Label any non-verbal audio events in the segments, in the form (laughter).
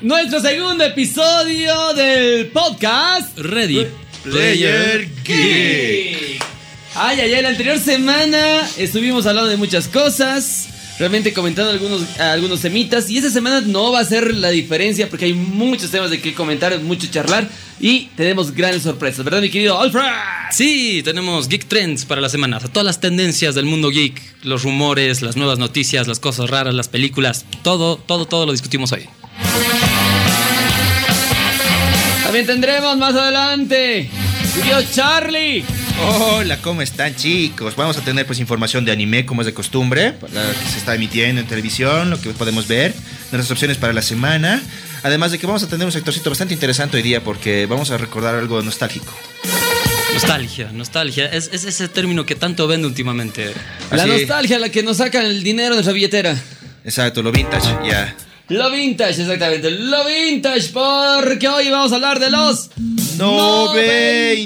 Nuestro segundo episodio del podcast Ready. Player Geek. Ay, ay, ay, la anterior semana estuvimos hablando de muchas cosas, realmente comentando algunos, algunos temitas. Y esta semana no va a ser la diferencia porque hay muchos temas de que comentar, mucho charlar. Y tenemos grandes sorpresas, ¿verdad, mi querido Alfred? Sí, tenemos Geek Trends para la semana. O sea, todas las tendencias del mundo geek, los rumores, las nuevas noticias, las cosas raras, las películas, todo, todo, todo lo discutimos hoy. También tendremos más adelante, querido Charlie. Hola, ¿cómo están chicos? Vamos a tener pues información de anime como es de costumbre, la que se está emitiendo en televisión, lo que podemos ver, nuestras opciones para la semana. Además de que vamos a tener un sectorcito bastante interesante hoy día porque vamos a recordar algo nostálgico. Nostalgia, nostalgia. Es, es ese término que tanto vende últimamente. La Así- nostalgia, la que nos saca el dinero de nuestra billetera. Exacto, lo vintage, ya. Lo vintage, exactamente. Lo vintage, porque hoy vamos a hablar de los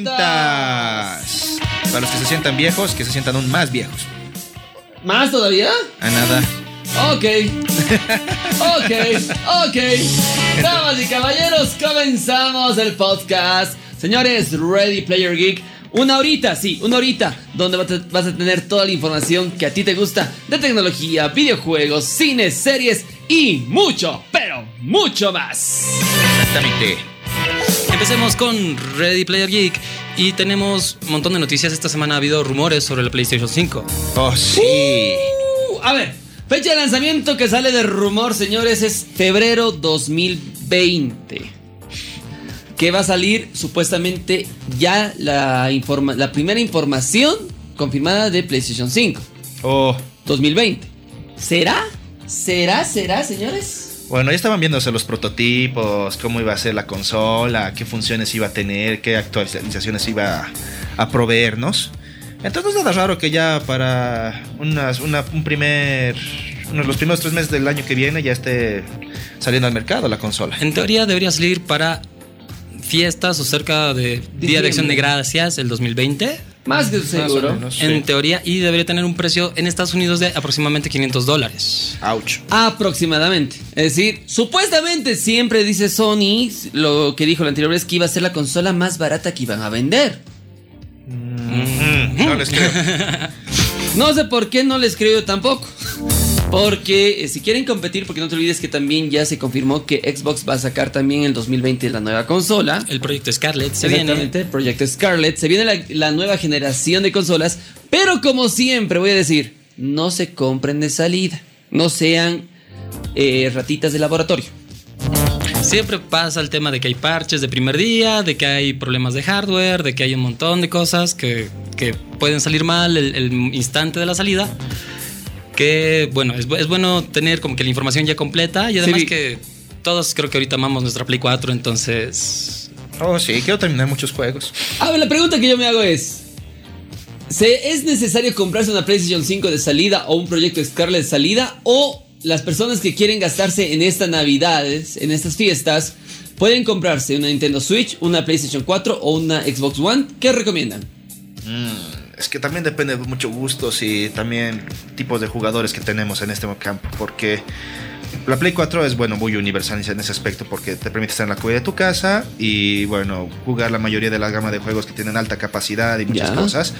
noventas. Noventas. Para los que se sientan viejos, que se sientan aún más viejos. ¿Más todavía? A nada. Ok. Ok, ok. Damas y caballeros, comenzamos el podcast. Señores, Ready Player Geek. Una horita, sí, una horita, donde vas a- vas a tener toda la información que a ti te gusta de tecnología, videojuegos, cines, series y mucho, pero mucho más. Exactamente. Empecemos con Ready Player Geek y tenemos un montón de noticias. Esta semana ha habido rumores sobre la PlayStation 5. Oh, sí. Uh, a ver, fecha de lanzamiento que sale de rumor, señores, es febrero 2020. Que va a salir supuestamente ya la, informa- la primera información confirmada de PlayStation 5. Oh. 2020. ¿Será? ¿Será? ¿Será, señores? Bueno, ya estaban viéndose los prototipos, cómo iba a ser la consola, qué funciones iba a tener, qué actualizaciones iba a, a proveernos. Entonces nada raro que ya para unas, una- un primer, unos, los primeros tres meses del año que viene ya esté saliendo al mercado la consola. En teoría debería salir para fiestas o cerca de Día de Acción Diciembre. de Gracias, el 2020. Más que Más o seguro. menos, sí. En teoría, y debería tener un precio en Estados Unidos de aproximadamente 500 dólares. Ouch. Aproximadamente. Es decir, supuestamente siempre dice Sony, lo que dijo la anterior vez, que iba a ser la consola más barata que iban a vender. Mm, no les (laughs) creo. No sé por qué no les creo yo tampoco. Porque eh, si quieren competir, porque no te olvides que también ya se confirmó que Xbox va a sacar también en el 2020 la nueva consola. El proyecto Scarlett se viene. Exactamente, Project Scarlett. Se viene la, la nueva generación de consolas. Pero como siempre voy a decir, no se compren de salida. No sean eh, ratitas de laboratorio. Siempre pasa el tema de que hay parches de primer día, de que hay problemas de hardware, de que hay un montón de cosas que, que pueden salir mal el, el instante de la salida. Que bueno, es, bu- es bueno tener como que la información ya completa y además Sí. que todos creo que ahorita amamos nuestra Play 4, entonces... Oh, sí, quiero terminar muchos juegos. A ver, Ah, la pregunta que yo me hago es: ¿se- ¿es necesario comprarse una PlayStation 5 de salida o un proyecto Scarlett de salida? ¿O las personas que quieren gastarse en estas navidades, en estas fiestas, pueden comprarse una Nintendo Switch, una PlayStation 4 o una Xbox One? ¿Qué recomiendan? Mm, Es que también depende de muchos gustos y también tipos de jugadores que tenemos en este campo, porque la Play 4 es bueno muy universal en ese aspecto porque te permite estar en la comodidad de tu casa y bueno, jugar la mayoría de la gama de juegos que tienen alta capacidad y muchas Ya. cosas.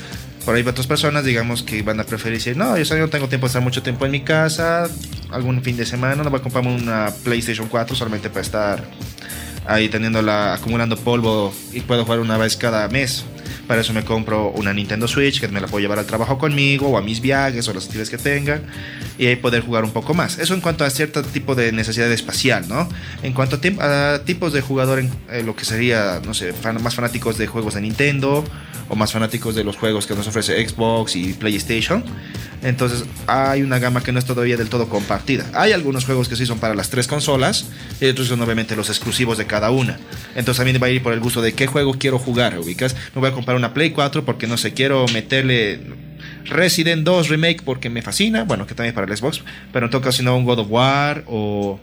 Por ahí otras personas, digamos, que van a preferir decir, no, yo, solo no tengo tiempo de estar mucho tiempo en mi casa, algún fin de semana, no voy a comprarme una PlayStation 4 solamente para estar ahí teniéndola acumulando polvo y puedo jugar una vez cada mes. Para eso me compro una Nintendo Switch que me la puedo llevar al trabajo conmigo o a mis viajes o las actividades que tenga y ahí poder jugar un poco más. Eso en cuanto a cierto tipo de necesidad espacial, ¿no? En cuanto a, tim- a tipos de jugador, en, eh, lo que sería, no sé, fan- más fanáticos de juegos de Nintendo o más fanáticos de los juegos que nos ofrece Xbox y PlayStation. Entonces hay una gama que no es todavía del todo compartida. Hay algunos juegos que sí son para las tres consolas y otros son obviamente los exclusivos de cada una. Entonces también va a ir por el gusto de qué juego quiero jugar, ubicas. No voy a comprar una Play 4 porque no sé, quiero meterle Resident 2 Remake porque me fascina, bueno, que también es para el Xbox, pero en todo caso si no un God of War o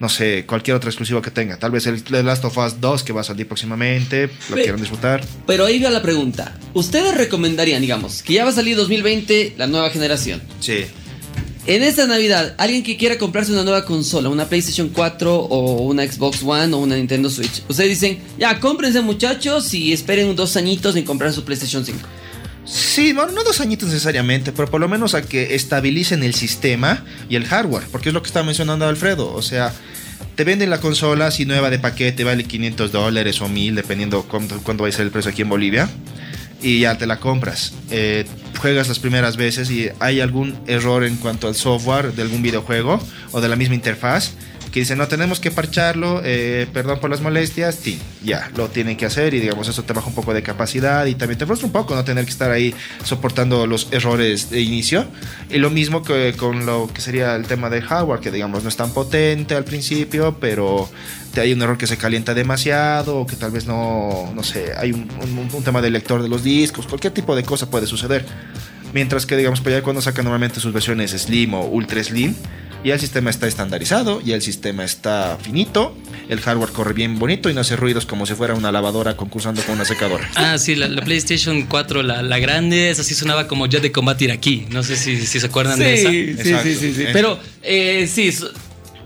no sé, cualquier otro exclusivo que tenga. Tal vez el The Last of Us 2 que va a salir próximamente, lo Ve- quieran disfrutar. Pero ahí va la pregunta. ¿Ustedes recomendarían, digamos, que ya va a salir 2020 la nueva generación? Sí. En esta Navidad, alguien que quiera comprarse una nueva consola, una PlayStation 4 o una Xbox One o una Nintendo Switch, ustedes dicen, ya, cómprense muchachos y esperen dos añitos en comprar su PlayStation 5. Sí, bueno, no dos añitos necesariamente, pero por lo menos a que estabilicen el sistema y el hardware, porque es lo que está mencionando Alfredo. O sea, te venden la consola así nueva de paquete, vale 500 dólares o 1000, dependiendo cuánto, cuánto va a ser el precio aquí en Bolivia, y ya te la compras. Eh, juegas las primeras veces y hay algún error en cuanto al software de algún videojuego o de la misma interfaz. Que dicen, no tenemos que parcharlo, eh, perdón por las molestias, sí, ya, lo tienen que hacer y digamos, eso te baja un poco de capacidad y también te frustra un poco no tener que estar ahí soportando los errores de inicio. Y lo mismo que con lo que sería el tema del hardware, que digamos no es tan potente al principio, pero te- hay un error que se calienta demasiado, o que tal vez no, no sé, hay un, un- un tema del lector de los discos, cualquier tipo de cosa puede suceder. Mientras que, digamos, pues ya cuando sacan normalmente sus versiones Slim o Ultra Slim, ya el sistema está estandarizado, ya el sistema está finito, el hardware corre bien bonito y no hace ruidos como si fuera una lavadora concursando con una secadora. Ah, sí, la, la PlayStation 4, la, la grande, esa sí sonaba como Jet de Combate Iraquí. No sé si, si se acuerdan de esa. Sí, sí, Exacto. sí, sí, sí. Eso. Pero, eh, sí, so-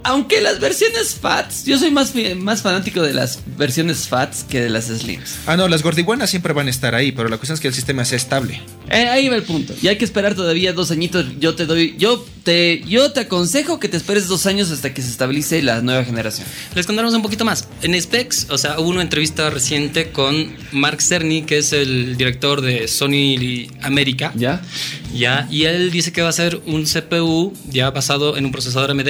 aunque las versiones FATS, yo soy más, fi- más fanático de las versiones FATS que de las Slims. Ah, no, las gordibuenas siempre van a estar ahí, pero la cuestión es que el sistema sea estable. Eh, ahí va el punto. Y hay que esperar todavía dos añitos. Yo te doy, yo te, yo te aconsejo que te esperes dos años hasta que se estabilice la nueva generación. Les contaremos un poquito más. En Specs, o sea, hubo una entrevista reciente con Mark Cerny, que es el director de Sony América. ¿Ya? Ya, y él dice que va a ser un CPU ya basado en un procesador AMD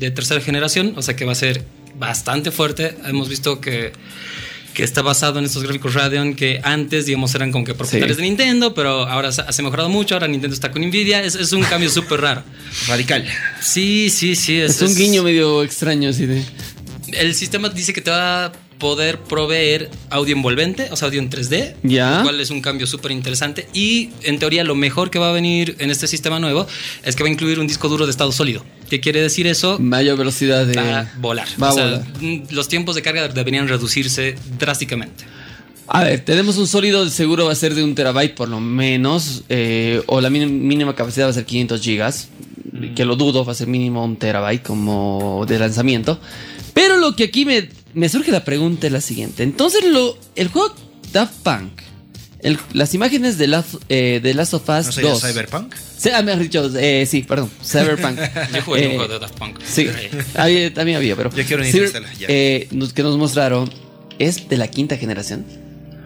de tercera generación, o sea que va a ser bastante fuerte. Hemos visto que, que está basado en estos gráficos Radeon que antes, digamos, eran como que propietarios Sí. de Nintendo, pero ahora se, se ha mejorado mucho, ahora Nintendo está con Nvidia, es, es un cambio (laughs) súper raro. Radical. Sí, sí, sí. Es un guiño medio extraño así de. El sistema dice que te va a poder proveer audio envolvente, o sea, audio en 3D, ¿Ya? lo cual es un cambio súper interesante. Y en teoría, lo mejor que va a venir en este sistema nuevo es que va a incluir un disco duro de estado sólido. ¿Qué quiere decir eso? Mayor velocidad de. Va a volar. Va a O sea, volar. mm, Los tiempos de carga deberían reducirse drásticamente. A ver, tenemos un sólido, seguro va a ser de un terabyte por lo menos, eh, o la mínim- mínima capacidad va a ser 500 gigas, Mm. que lo dudo, va a ser mínimo un terabyte como de lanzamiento. Pero lo que aquí me, me surge la pregunta es la siguiente. Entonces, lo, el juego Daft Punk, el- las imágenes de, la, eh, de Last of Us ¿No 2... sería Cyberpunk? Sí, ah, me has dicho, eh, sí, perdón, Cyberpunk. (laughs) Yo jugué Eh, un juego de Daft Punk. Sí, había- también había, pero. Ya quiero Sí, Interstellar, ya. eh, nos- que nos mostraron. ¿Es de la quinta generación?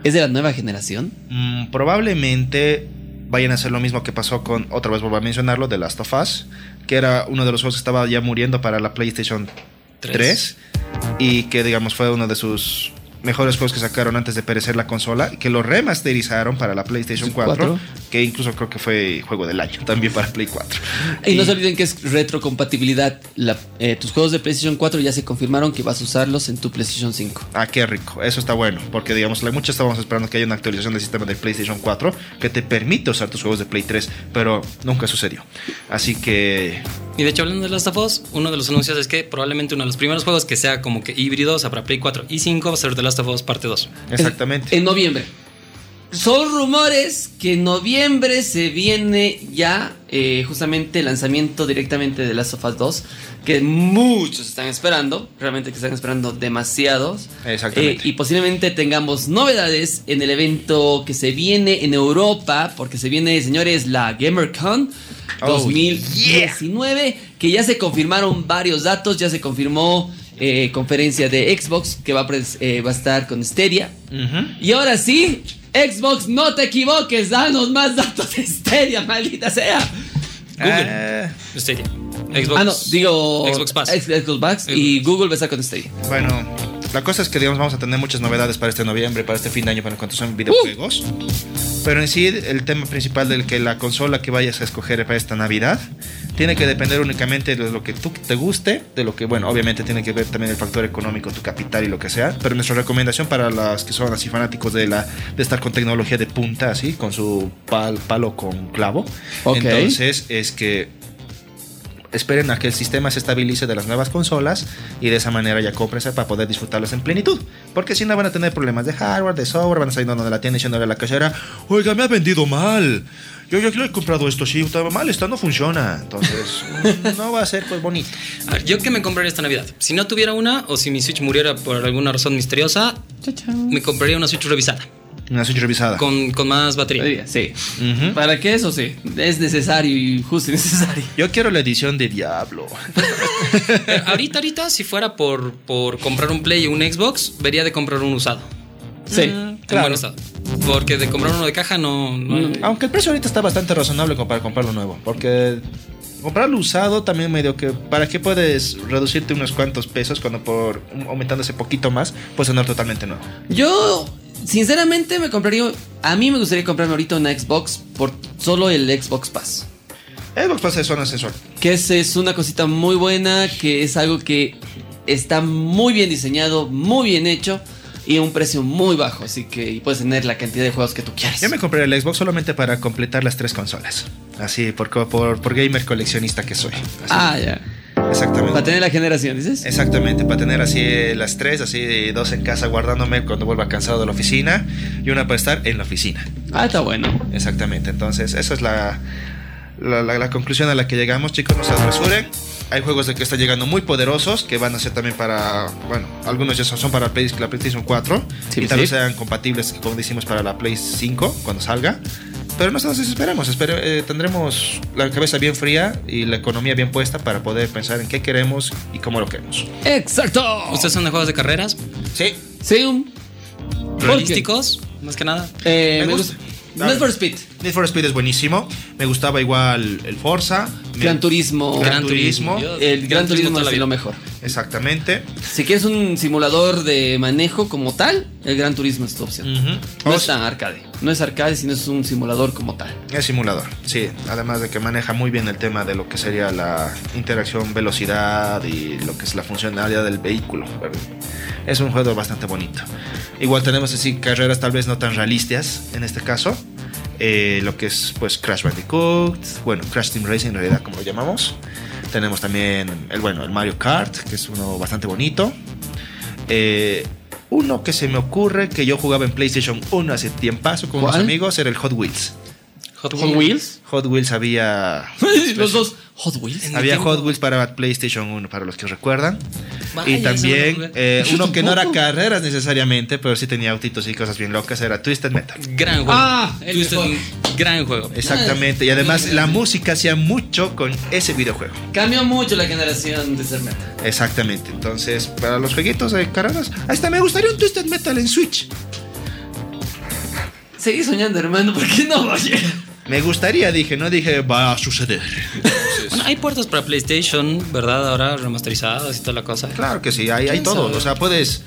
¿Es de la nueva generación? Mm, probablemente vayan a hacer lo mismo que pasó con, otra vez vuelvo a mencionarlo, The Last of Us, que era uno de los juegos que estaba ya muriendo para la PlayStation Tres. 3 y que digamos fue uno de sus mejores juegos que sacaron antes de perecer la consola, que lo remasterizaron para la PlayStation 4, ¿Cuatro? que incluso creo que fue juego del año también para Play 4. Y, no se olviden que es retrocompatibilidad. La- eh, tus juegos de PlayStation 4 ya se confirmaron que vas a usarlos en tu PlayStation 5. Ah, qué rico, eso está bueno, porque digamos, la- muchos estábamos esperando que haya una actualización del sistema de PlayStation 4 que te permite usar tus juegos de Play 3, pero nunca sucedió. Así que Y de hecho, hablando de Last of Us, uno de los anuncios es que probablemente uno de los primeros juegos que sea como que híbrido, o sea, para Play 4 y 5, va a ser The Last of Us parte 2. Exactamente. En noviembre. Son rumores que en noviembre se viene ya eh, justamente el lanzamiento directamente de Last of Us 2, que muchos están esperando, realmente que están esperando demasiados. Exactamente. Eh, y posiblemente tengamos novedades en el evento que se viene en Europa, porque se viene, señores, la GamerCon Oh, 2019, que ya se confirmaron varios datos, ya se confirmó eh, conferencia de Xbox que va a, pres- eh, va a estar con Stadia. Ujú. Y ahora sí, Xbox, no te equivoques, danos más datos de Stadia, maldita sea. Ah, Stadia. Xbox. Ah, no, digo Xbox Pass. Ex- Xbox Pass y Google va a estar con Stadia. bueno, la cosa es que digamos vamos a tener muchas novedades para este noviembre, para este fin de año, para cuanto son videojuegos. Pero en sí, el tema principal del que la consola que vayas a escoger para esta Navidad tiene que depender únicamente de lo que tú te guste, de lo que, bueno, obviamente tiene que ver también el factor económico, tu capital y lo que sea. Pero nuestra recomendación para las que son así fanáticos de la de estar con tecnología de punta, así, con su pal- palo con clavo, Ok. entonces es que esperen a que el sistema se estabilice de las nuevas consolas y de esa manera ya cómprense para poder disfrutarlas en plenitud. Porque si no van a tener problemas de hardware, de software, van a salir donde la tienda diciéndole a la cajera, oiga, me ha vendido mal. yo, yo lo he comprado esto, sí, está mal, esta no funciona. Entonces, no va a ser pues bonito. A ver, ¿yo qué me compraría esta Navidad? Si no tuviera una o si mi Switch muriera por alguna razón misteriosa, me compraría una Switch revisada, Una Switch revisada. con, con más batería. Podría, Sí. Ujú. ¿Para qué eso? Sí. Es necesario y justo y necesario. Yo quiero la edición de Diablo. Pero Eh, ahorita, ahorita, si fuera por, por comprar un Play o un Xbox, vería de comprar un usado. Sí. Ah, En claro. buen estado. Porque de comprar uno de caja no... no- Aunque el precio ahorita está bastante razonable como para comprarlo nuevo. Porque comprarlo usado también medio que. ¿Para qué puedes reducirte unos cuantos pesos cuando por aumentándose poquito más puedes andar totalmente nuevo? Yo, sinceramente, me compraría. A mí me gustaría comprarme ahorita una Xbox por solo el Xbox Pass. Xbox Pass es un asesor. Que es, es una cosita muy buena, que es algo que está muy bien diseñado, muy bien hecho y a un precio muy bajo. Así que y puedes tener la cantidad de juegos que tú quieras. Yo me compré el Xbox solamente para completar las tres consolas. Así, por, co- por, por gamer coleccionista que soy. Así, Ah, ya. exactamente. Para tener la generación, dices. Exactamente, para tener así las tres, así dos en casa guardándome cuando vuelva cansado de la oficina y una para estar en la oficina. Ah, está bueno. Exactamente, entonces esa es la, la, la- la conclusión a la que llegamos, chicos, no se apresuren. Hay juegos de que están llegando muy poderosos que van a ser también para, bueno, algunos ya son, son para Play- la PlayStation 4 Sí, y tal vez sí. sean compatibles, como decimos, para la Play 5 cuando salga. Pero no nos desesperemos, espere- eh, tendremos la cabeza bien fría y la economía bien puesta para poder pensar en qué queremos y cómo lo queremos. Exacto. ¿Ustedes son de juegos de carreras? Sí, Sí, un- qué? ¿Realísticos? Más que nada. eh, Me me gusta. gusta. A ver. Need for Speed, Need for Speed es buenísimo. Me gustaba igual el Forza. Me- Gran Turismo. Gran Turismo. Yo- El Gran Turismo toda es la vida. lo mejor. Exactamente. Si quieres un simulador de manejo como tal, el Gran Turismo es tu opción. Ujú. No O es sea, tan arcade. No es arcade, sino es un simulador como tal. Es simulador, sí. Además de que maneja muy bien el tema de lo que sería la interacción, velocidad y lo que es la funcionalidad del vehículo. ¿verdad? Es un juego bastante bonito. Igual tenemos así carreras tal vez no tan realistas en este caso. Eh, lo que es pues Crash Bandicoot, bueno, Crash Team Racing en realidad como lo llamamos. Tenemos también el bueno, el Mario Kart, que es uno bastante bonito. Eh, uno que se me ocurre que yo jugaba en PlayStation 1 hace tiempazo con unos ¿Cuál? amigos era el Hot Wheels. Hot Hot (laughs) Wheels había. Los dos. Hot Wheels. En mi Había tiempo- Hot Wheels para PlayStation 1, para los que recuerdan. Vaya, y eso no también lo jugué. eh, Yo uno que no (laughs) era tampoco. carreras necesariamente, pero sí tenía autitos y cosas bien locas, era Twisted Metal. Gran juego. Ah, el Twisted, mejor. gran juego. Exactamente. Y además la música hacía mucho con ese videojuego. Cambió mucho la generación de ser meta. Exactamente. Entonces, para los jueguitos de carreras, hasta me gustaría un Twisted Metal en Switch. Seguí soñando, hermano, ¿por qué no? Oye. Me gustaría, dije, no dije va a suceder. Bueno, hay puertas para PlayStation, ¿verdad? Ahora remasterizadas y toda la cosa. Claro que sí, hay, hay ¿Quién todo. sabe? O sea, puedes.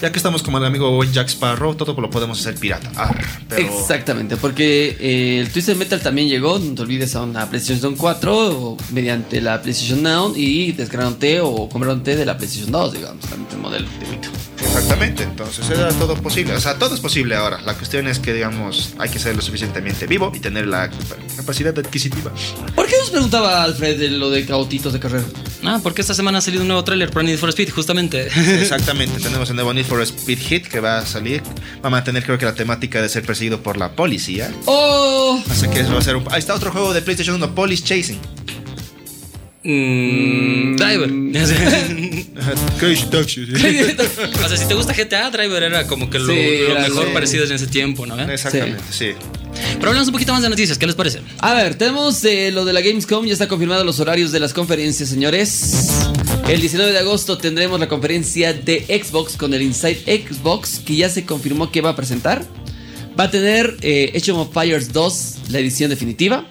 Ya que estamos como el amigo Jack Sparrow, todo lo podemos hacer pirata. Ah, pero- Exactamente, porque eh, el Twisted Metal también llegó, no te olvides, a una PlayStation 4 o mediante la PlayStation Now y descargaron T o compraron T de la PlayStation 2, digamos, también el modelo de mito. Exactamente, entonces era todo posible. O sea, todo es posible ahora. La cuestión es que, digamos, hay que ser lo suficientemente vivo y tener la capacidad (laughs) adquisitiva. ¿Por qué nos preguntaba Alfred de lo de cautitos de carrera? Ah, porque esta semana ha salido un nuevo tráiler para Need for Speed, justamente. Exactamente, tenemos el nuevo Need for Speed Hit que va a salir. Va a mantener, creo que, la temática de ser perseguido por la policía. ¡Oh! Así que eso va a ser un. Ahí está otro juego de PlayStation 1, Police Chasing. (laughs) Mm, Driver. (laughs) Crazy Taxi. o sea, si te gusta GTA, Driver era como que lo, Sí, lo era mejor lo- parecido en ese tiempo, ¿no? Pero Exactamente, sí. hablamos un poquito más de noticias, ¿qué les parece? A ver, tenemos eh, lo de la Gamescom, ya está confirmado los horarios de las conferencias, señores. El 19 de agosto tendremos la conferencia de Xbox con el Inside Xbox, que ya se confirmó que va a presentar. Va a tener eh, Age of Fires 2, la edición definitiva.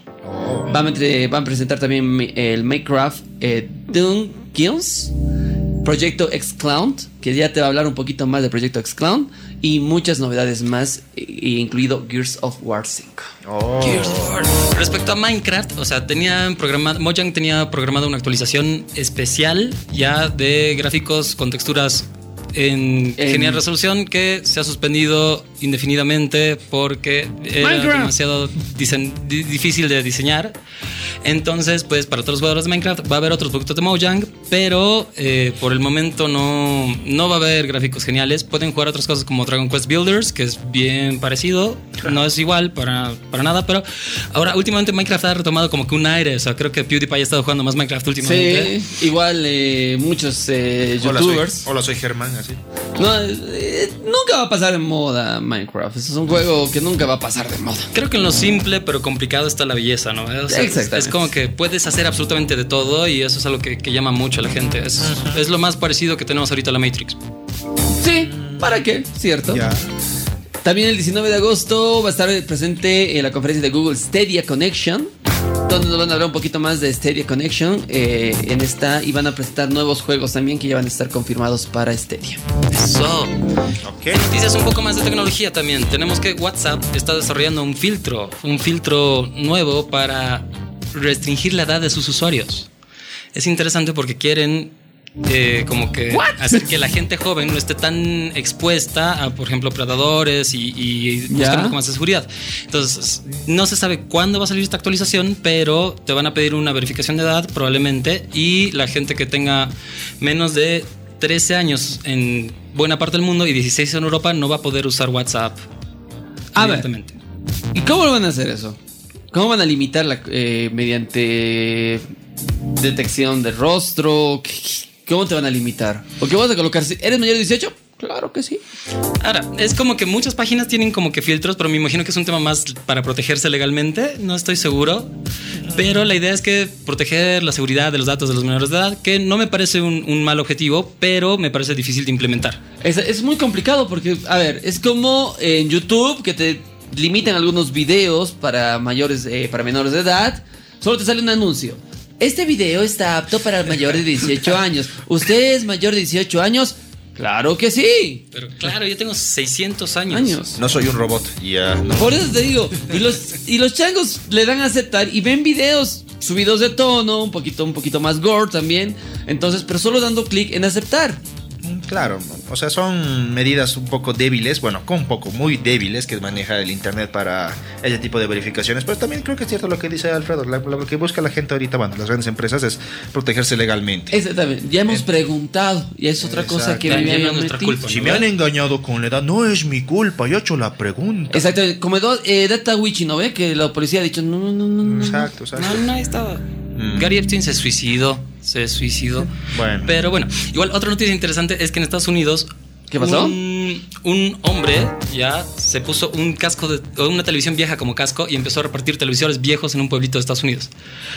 Van a, entre- van a presentar también mi- el Minecraft eh, Doom Kills, Proyecto X Clown, que ya te va a hablar un poquito más de Proyecto X Clown, y muchas novedades más, e- e incluido Gears of War 5. Oh. Respecto a Minecraft, o sea, tenían programado, Mojang tenía programada una actualización especial ya de gráficos con texturas en, En- genial resolución que se ha suspendido indefinidamente porque era Minecraft. demasiado disen- di- difícil de diseñar. Entonces, pues para otros jugadores de Minecraft va a haber otros productos de Mojang, pero eh, por el momento no, no va a haber gráficos geniales. Pueden jugar otras cosas como Dragon Quest Builders, que es bien parecido, no es igual para, para nada, pero ahora últimamente Minecraft ha retomado como que un aire, o sea, creo que PewDiePie ha estado jugando más Minecraft últimamente. Sí, igual eh, muchos eh, Hola, soy, youtubers. hola, soy Germán, así. No, eh, nunca va a pasar de moda Minecraft. Es un juego que nunca va a pasar de moda. Creo que en lo simple pero complicado está la belleza, ¿no? O sea, es- Exactamente. Es como que puedes hacer absolutamente de todo y eso es algo que, que llama mucho a la gente. Es, es lo más parecido que tenemos ahorita a la Matrix. Sí, ¿para qué? Cierto. Ya. También el 19 de agosto va a estar presente en la conferencia de Google Stadia Connection, donde nos van a hablar un poquito más de Stadia Connection eh, en esta y van a presentar nuevos juegos también que ya van a estar confirmados para Stadia. Eso. Ok. Noticias un poco más de tecnología también. Tenemos que WhatsApp está desarrollando un filtro, un filtro nuevo para restringir la edad de sus usuarios. Es interesante porque quieren eh, como que hacer que la gente joven no esté tan expuesta a, por ejemplo, predadores y, y buscar Ya. un poco más de seguridad. Entonces, no se sabe cuándo va a salir esta actualización, pero te van a pedir una verificación de edad probablemente y la gente que tenga menos de 13 años en buena parte del mundo y 16 en Europa no va a poder usar WhatsApp. A ver. Evidentemente. ¿Y cómo lo van a hacer eso? ¿Cómo van a limitarla eh, mediante detección de rostro? ¿Cómo te van a limitar? Porque vas a colocar, si- ¿eres mayor de 18? Claro que sí. Ahora, es como que muchas páginas tienen como que filtros, pero me imagino que es un tema más para protegerse legalmente, no estoy seguro. Pero la idea es que proteger la seguridad de los datos de los menores de edad, que no me parece un, un mal objetivo, pero me parece difícil de implementar. Es, es muy complicado porque, a ver, es como en YouTube que te limitan algunos videos para mayores, eh, para menores de edad. Solo te sale un anuncio. Este video está apto para mayores de 18 años. ¿Usted es mayor de 18 años? Claro que sí. Pero claro, yo tengo 600 años. Años. No soy un robot. Ya. no. Por eso te digo, y los, y los changos le dan a aceptar y ven videos subidos de tono, un poquito, un poquito más gore también. Entonces, pero solo dando clic en aceptar. Mm, Claro, o sea, son medidas un poco débiles, bueno, con un poco muy débiles que maneja el Internet para ese tipo de verificaciones, pero también creo que es cierto lo que dice Alfredo, la- lo que busca la gente ahorita, bueno, las grandes empresas es protegerse legalmente. Exactamente. Ya hemos Eh. preguntado y es otra cosa que me También no habían es nuestra metido. culpa. Pues Si me han engañado con la edad, no es mi culpa, yo he hecho la pregunta. Exacto, como do- eh, Data Witchy, ¿no ve? Que la policía ha dicho, no, no, no, no, no. Mm, Exacto, exacto. No, no, ahí estaba. Mm. Gary Epstein se suicidó. Se suicidó. Bueno. Pero bueno, igual otra noticia interesante es que en Estados Unidos. ¿Qué pasó? Un, un hombre ya se puso un casco de o una televisión vieja como casco y empezó a repartir televisores viejos en un pueblito de Estados Unidos.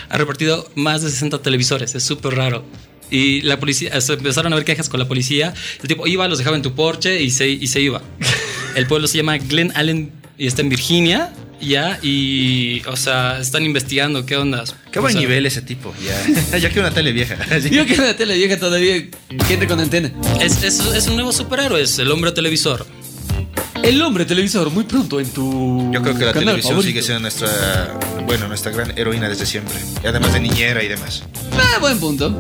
Ha repartido más de 60 televisores, es súper raro. Y la policía, se empezaron a haber quejas con la policía. El tipo iba, los dejaba en tu porche y se, y se iba. El pueblo se llama Glen Allen y está en Virginia, ya. Y, o sea, están investigando qué ondas. Qué O buen sea, nivel ese tipo, ya. (laughs) yo quiero una tele vieja. así. Yo que en la tele vieja todavía, gente con antena. Es, es, es un nuevo superhéroe, es el hombre televisor. El hombre televisor, muy pronto en tu. Yo creo que la canal televisión favorito. sigue siendo nuestra, bueno, nuestra gran heroína desde siempre, y además de niñera y demás. Ah, buen punto.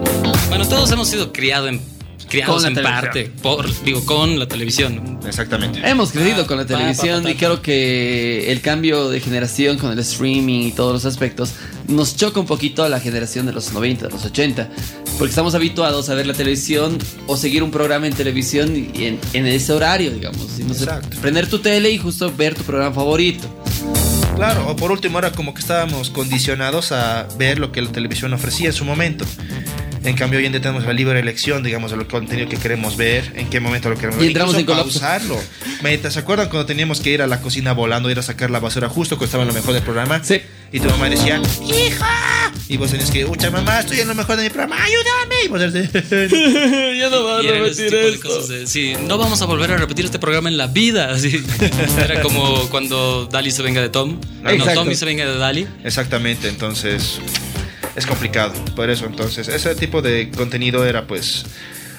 Bueno, todos hemos sido criado en, criados Con la en televisión. parte, por, digo, con la televisión. Exactamente. Hemos crecido Ah, con la pa, televisión pa, pa, y pa. creo que el cambio de generación con el streaming y todos los aspectos nos choca un poquito a la generación de los 90, de los 80, porque estamos habituados a ver la televisión o seguir un programa en televisión y en, en ese horario, digamos. Y no sé, Exacto. prender tu tele y justo ver tu programa favorito. Claro, o por último era como que estábamos condicionados a ver lo que la televisión ofrecía en su momento. En cambio, hoy en día tenemos la libre elección, digamos, de lo contenido que queremos ver, en qué momento lo queremos Y ver. entramos incluso en colapso. pausarlo. Meta, ¿Se acuerdan cuando teníamos que ir a la cocina volando, ir a sacar la basura justo cuando estaba en lo mejor del programa? Sí. Y tu mamá decía, ¡Hija! Y vos tenías que, ¡Ucha mamá, estoy en lo mejor de mi programa, ayúdame! Y vos (laughs) eres- Eh, ya no van Y a eran ese repetir tipo de esto. cosas de, sí, no vamos a volver a repetir este programa en la vida. (laughs) así. Era como cuando Dali se venga de Tom. No, Exacto. Tommy se venga de Dali. Exactamente, entonces es complicado. Por eso, entonces, ese tipo de contenido era pues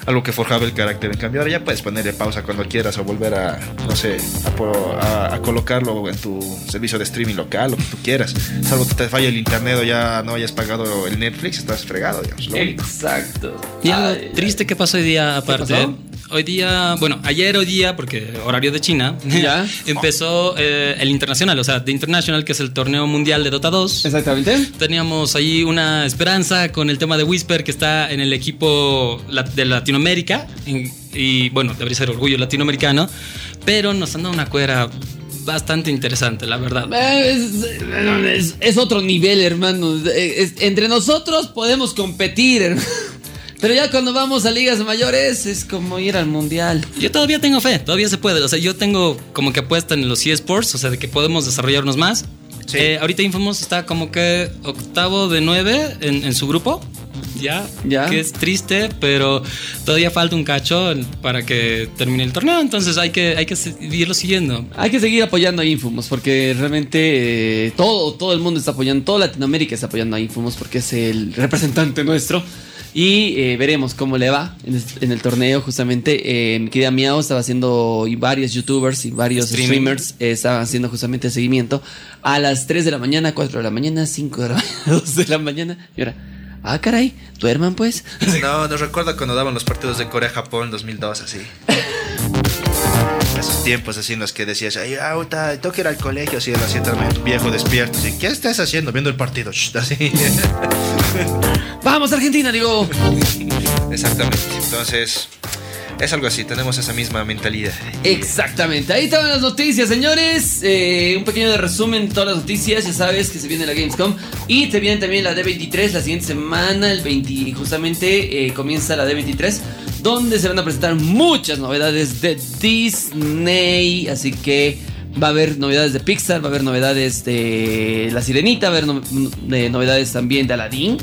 algo que forjaba el carácter. En cambio, ahora ya puedes ponerle pausa cuando quieras o volver a, no sé, a, po- a- a colocarlo en tu servicio de streaming local, lo que tú quieras. Salvo que te falle el internet o ya no hayas pagado el Netflix, estás fregado, digamos. lo único. Exacto. Y algo Ay, triste que pasó hoy día, aparte, pasó? hoy día, bueno, ayer, hoy día, porque horario de China, Ya. (laughs) empezó eh, el internacional, o sea, The International, que es el torneo mundial de Dota 2. Exactamente. Teníamos ahí una esperanza con el tema de Whisper que está en el equipo la- de Latinoamérica en- y bueno, debería ser orgullo latinoamericano, pero nos han dado una cuera bastante interesante, la verdad. Eh, Es, es- es otro nivel, hermano. Eh, es- entre nosotros podemos competir, hermano. Pero ya cuando vamos a ligas mayores es como ir al mundial. Yo todavía tengo fe, todavía se puede. O sea, yo tengo como que apuesta en los eSports, o sea, de que podemos desarrollarnos más. Sí. Eh, ahorita Infamous está como que octavo de nueve en, en su grupo. Ya, Ya. que es triste, pero todavía falta un cacho para que termine el torneo, entonces hay que, hay que seguirlo siguiendo. Hay que seguir apoyando a Infamous porque realmente eh, todo, todo el mundo está apoyando, toda Latinoamérica está apoyando a Infamous porque es el representante nuestro. Y eh, veremos cómo le va en, es- en el torneo. Justamente, eh, mi querida Miao estaba haciendo, y varios youtubers y varios Streaming. streamers eh, estaban haciendo justamente seguimiento a las 3 de la mañana, 4 de la mañana, 5 de la (laughs) mañana, 2 de la mañana. Y ahora, ah, caray, duerman pues. No, nos recuerda cuando daban los partidos de Corea-Japón 2002, así. Esos tiempos así en los que decías, ay, auta, tengo que ir al colegio, así a las 7 de la mañana, tu viejo despierto. Así, ¿Qué estás haciendo? Viendo el partido, shh, (laughs) así. Vamos, Argentina, digo. Exactamente. Entonces, es algo así, tenemos esa misma mentalidad. Exactamente, ahí estaban las noticias, señores. Eh, un pequeño de resumen de todas las noticias. Ya sabes que se viene la Gamescom y te viene también la D23 la siguiente semana, el 20. Justamente eh, comienza la D23, donde se van a presentar muchas novedades de Disney. Así que va a haber novedades de Pixar, va a haber novedades de La Sirenita, va a haber no- de novedades también de Aladdin,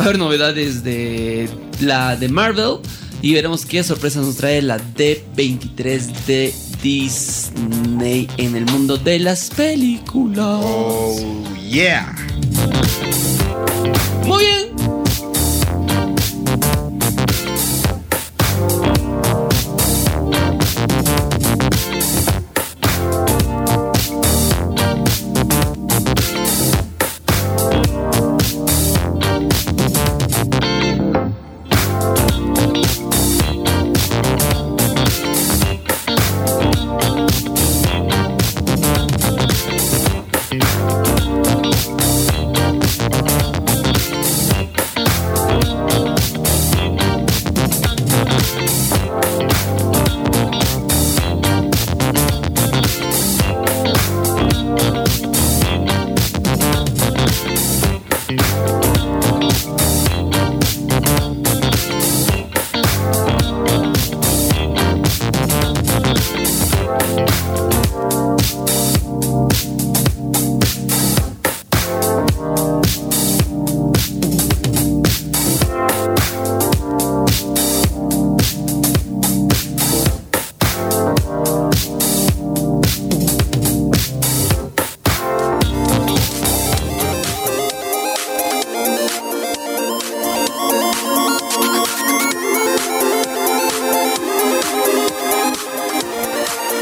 va a haber novedades de la de Marvel. Y veremos qué sorpresas nos trae la D23 de Disney en el mundo de las películas. Oh, yeah. Muy bien.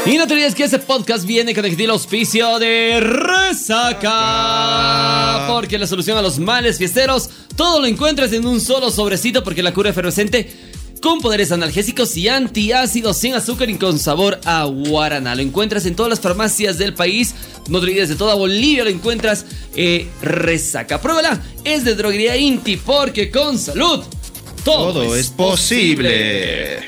Y no te olvides que este podcast viene con el gentil auspicio de Resaca. Porque la solución a los males fiesteros, todo lo encuentras en un solo sobrecito porque la cura efervescente con poderes analgésicos y antiácidos sin azúcar y con sabor a guarana. Lo encuentras en todas las farmacias del país. No te olvides de toda Bolivia, lo encuentras eh, Resaca. Pruébala, es de droguería Inti porque con salud todo, Todo es posible.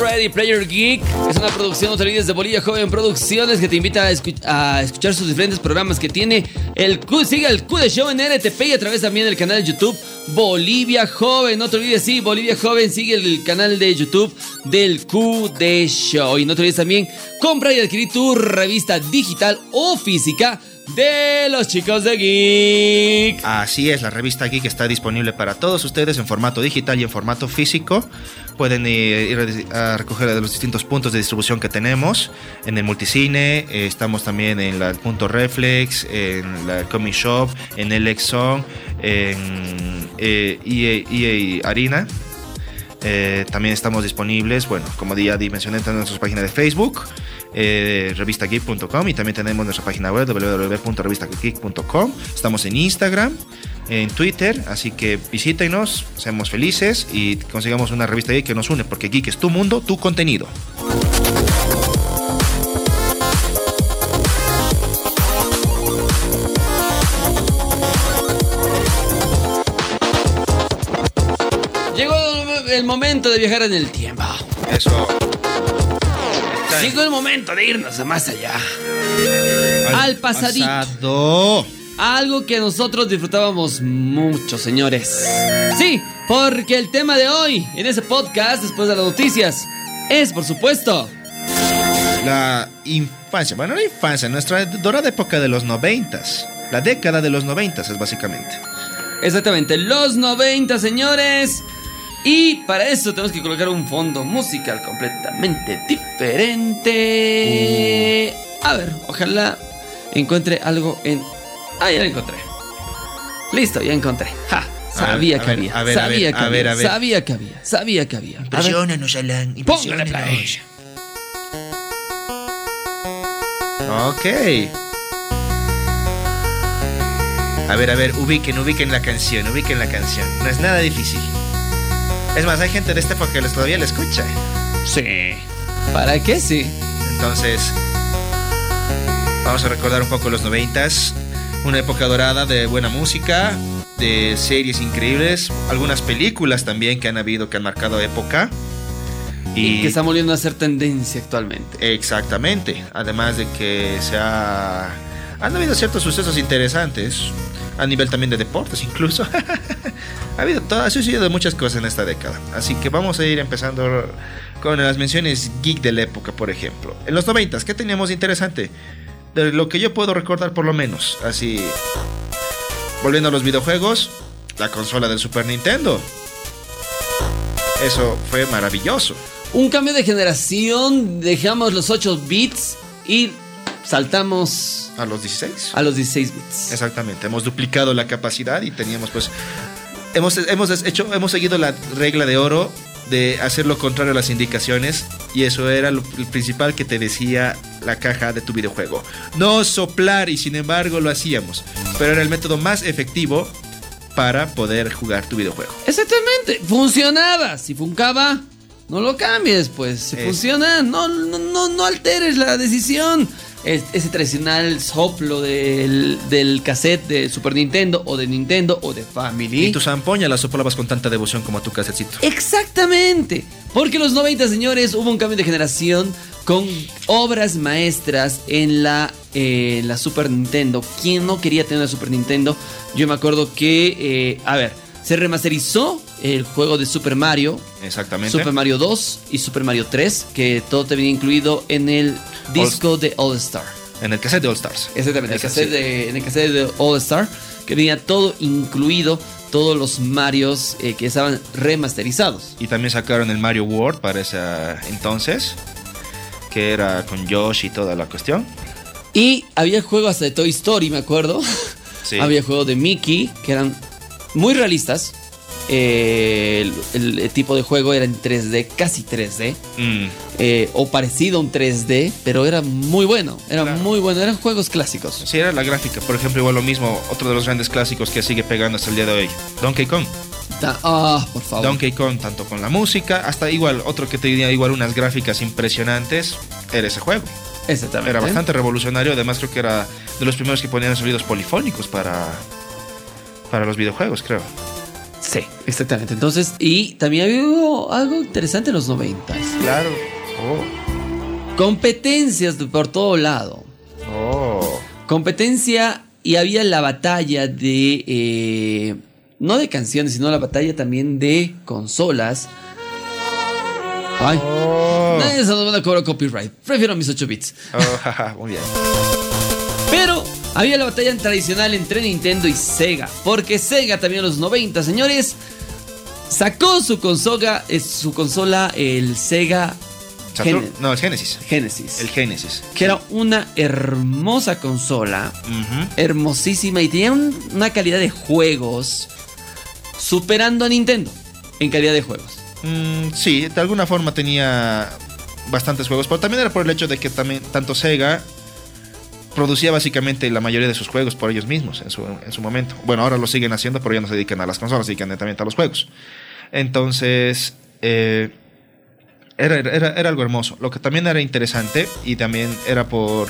Ready Player Geek es una producción, no te olvides, de Bolivia Joven Producciones que te invita a, escu- a escuchar sus diferentes programas que tiene. El Q, sigue el Q de Show en RTP y a través también del canal de YouTube Bolivia Joven. No te olvides, sí, Bolivia Joven sigue el canal de YouTube del Q de Show. Y no te olvides también, compra y adquirir tu revista digital o física de los chicos de Geek. Así es, la revista Geek está disponible para todos ustedes en formato digital y en formato físico. Pueden eh, ir a a recoger de los distintos puntos de distribución que tenemos. En el multicine, eh, estamos también en la- el punto Reflex, en la Comic Shop, en el Exxon, en eh, EA, EA Arena. Eh, también estamos disponibles, bueno, como ya di- mencioné, en nuestras páginas de Facebook. eh, revistageek.com y también tenemos nuestra página web www.revistageek.com. Estamos en Instagram, en Twitter, así que visítenos, seamos felices y consigamos una revista geek que nos une, porque geek es tu mundo, tu contenido. Llegó el momento de viajar en el tiempo. Eso. Llegó el momento de irnos a más allá. Al pasadito. Pasado. Algo que nosotros disfrutábamos mucho, señores. Sí, porque el tema de hoy, en ese podcast, después de las noticias, es, por supuesto, La infancia, bueno, la infancia, nuestra dorada época de los noventas. La década de los noventas es básicamente. exactamente, los 90, señores. Y para eso tenemos que colocar un fondo musical completamente Uh. diferente. A ver, ojalá encuentre algo en... Ah, ya lo encontré. Listo, ya encontré. Ja, sabía a que ver, había. a ver, a Sabía ver, que a ver, había. a ver. Sabía que había. Sabía que había. A ver, Impresionanos, Alan. Póngale play. Ok. A ver, a ver, ubiquen, ubiquen la canción, ubiquen la canción. No es nada difícil. Es más, hay gente de esta época que los- todavía la escucha. Sí. ¿Para qué sí? Entonces, vamos a recordar un poco los noventas. Una época dorada de buena música, de series increíbles, algunas películas también que han habido que han marcado época. Y que está volviendo a ser tendencia actualmente. Exactamente. Además de que se ha... Han habido ciertos sucesos interesantes. A nivel también de deportes incluso. (laughs) ha habido toda, ha sucedido muchas cosas en esta década. Así que vamos a ir empezando con las menciones geek de la época, por ejemplo. En los 90, ¿qué teníamos de interesante? De lo que yo puedo recordar por lo menos. Así... Volviendo a los videojuegos, la consola del Super Nintendo. Eso fue maravilloso. Un cambio de generación, dejamos los 8 bits y saltamos A los 16. a los 16 bits. Exactamente, hemos duplicado la capacidad y teníamos pues hemos, hemos hecho hemos seguido la regla de oro de hacer lo contrario a las indicaciones y eso era lo el principal que te decía la caja de tu videojuego. No soplar y sin embargo lo hacíamos, pero era el método más efectivo para poder jugar tu videojuego. Exactamente, funcionaba. Si funcaba, no lo cambies, pues. Si Eh. funciona, no, no, no, no alteres la decisión. Es- ese tradicional soplo del, del cassette de Super Nintendo o de Nintendo o de Family. Y tu zampoña la soplabas con tanta devoción como tu casecito. Exactamente. Porque en los 90, señores, hubo un cambio de generación con obras maestras en la, eh, en la Super Nintendo. ¿Quién no quería tener la Super Nintendo? Yo me acuerdo que, eh, a ver, se remasterizó el juego de Super Mario, Exactamente. Super Mario 2 y Super Mario 3, que todo te venía incluido en el disco de All Star. en el cassette de All Stars. Exactamente, el Ese cassette sí. de, en el cassette de All Star, que venía todo incluido, todos los Marios eh, que estaban remasterizados. Y también sacaron el Mario World para ese entonces, que era con Yoshi y toda la cuestión. Y había juegos hasta de Toy Story, me acuerdo. (laughs) Sí. Había juegos de Mickey que eran muy realistas. Eh, el, el tipo de juego era en 3D, casi 3D. Mm, eh, o parecido a un 3D, pero era muy bueno. Era Claro. muy bueno. Eran juegos clásicos. Sí, era la gráfica. Por ejemplo, igual lo mismo, otro de los grandes clásicos que sigue pegando hasta el día de hoy, Donkey Kong. Ta- Ah, por favor. Donkey Kong, tanto con la música, hasta igual, otro que tenía igual unas gráficas impresionantes, era ese juego. Exactamente. Era bastante revolucionario, además creo que era de los primeros que ponían sonidos polifónicos para, para los videojuegos, creo. Sí, exactamente. Entonces, y también había algo, algo interesante en los 90. Claro. Competencias de- por todo lado. Oh. Oh. competencia y había la batalla de... eh, no de canciones, sino la batalla también de consolas. Ay. Oh. (laughs) Nadie se nos van a cobrar copyright. Prefiero mis 8 bits. Oh, jaja, muy bien. Pero había la batalla tradicional entre Nintendo y Sega. Porque Sega también en los 90, señores, sacó su consola, eh, su consola el Sega Saturn- Gen- no, el Genesis. Genesis. El Genesis. que era una hermosa consola. Ujú. hermosísima y tenía un- una calidad de juegos superando a Nintendo en calidad de juegos. Mm, sí, de alguna forma tenía bastantes juegos, pero también era por el hecho de que también tanto Sega producía básicamente la mayoría de sus juegos por ellos mismos en su, en su momento. Bueno, ahora lo siguen haciendo, pero ya no se dedican a las consolas, se dedican netamente a los juegos. Entonces, eh, era, era, era algo hermoso. Lo que también era interesante y también era por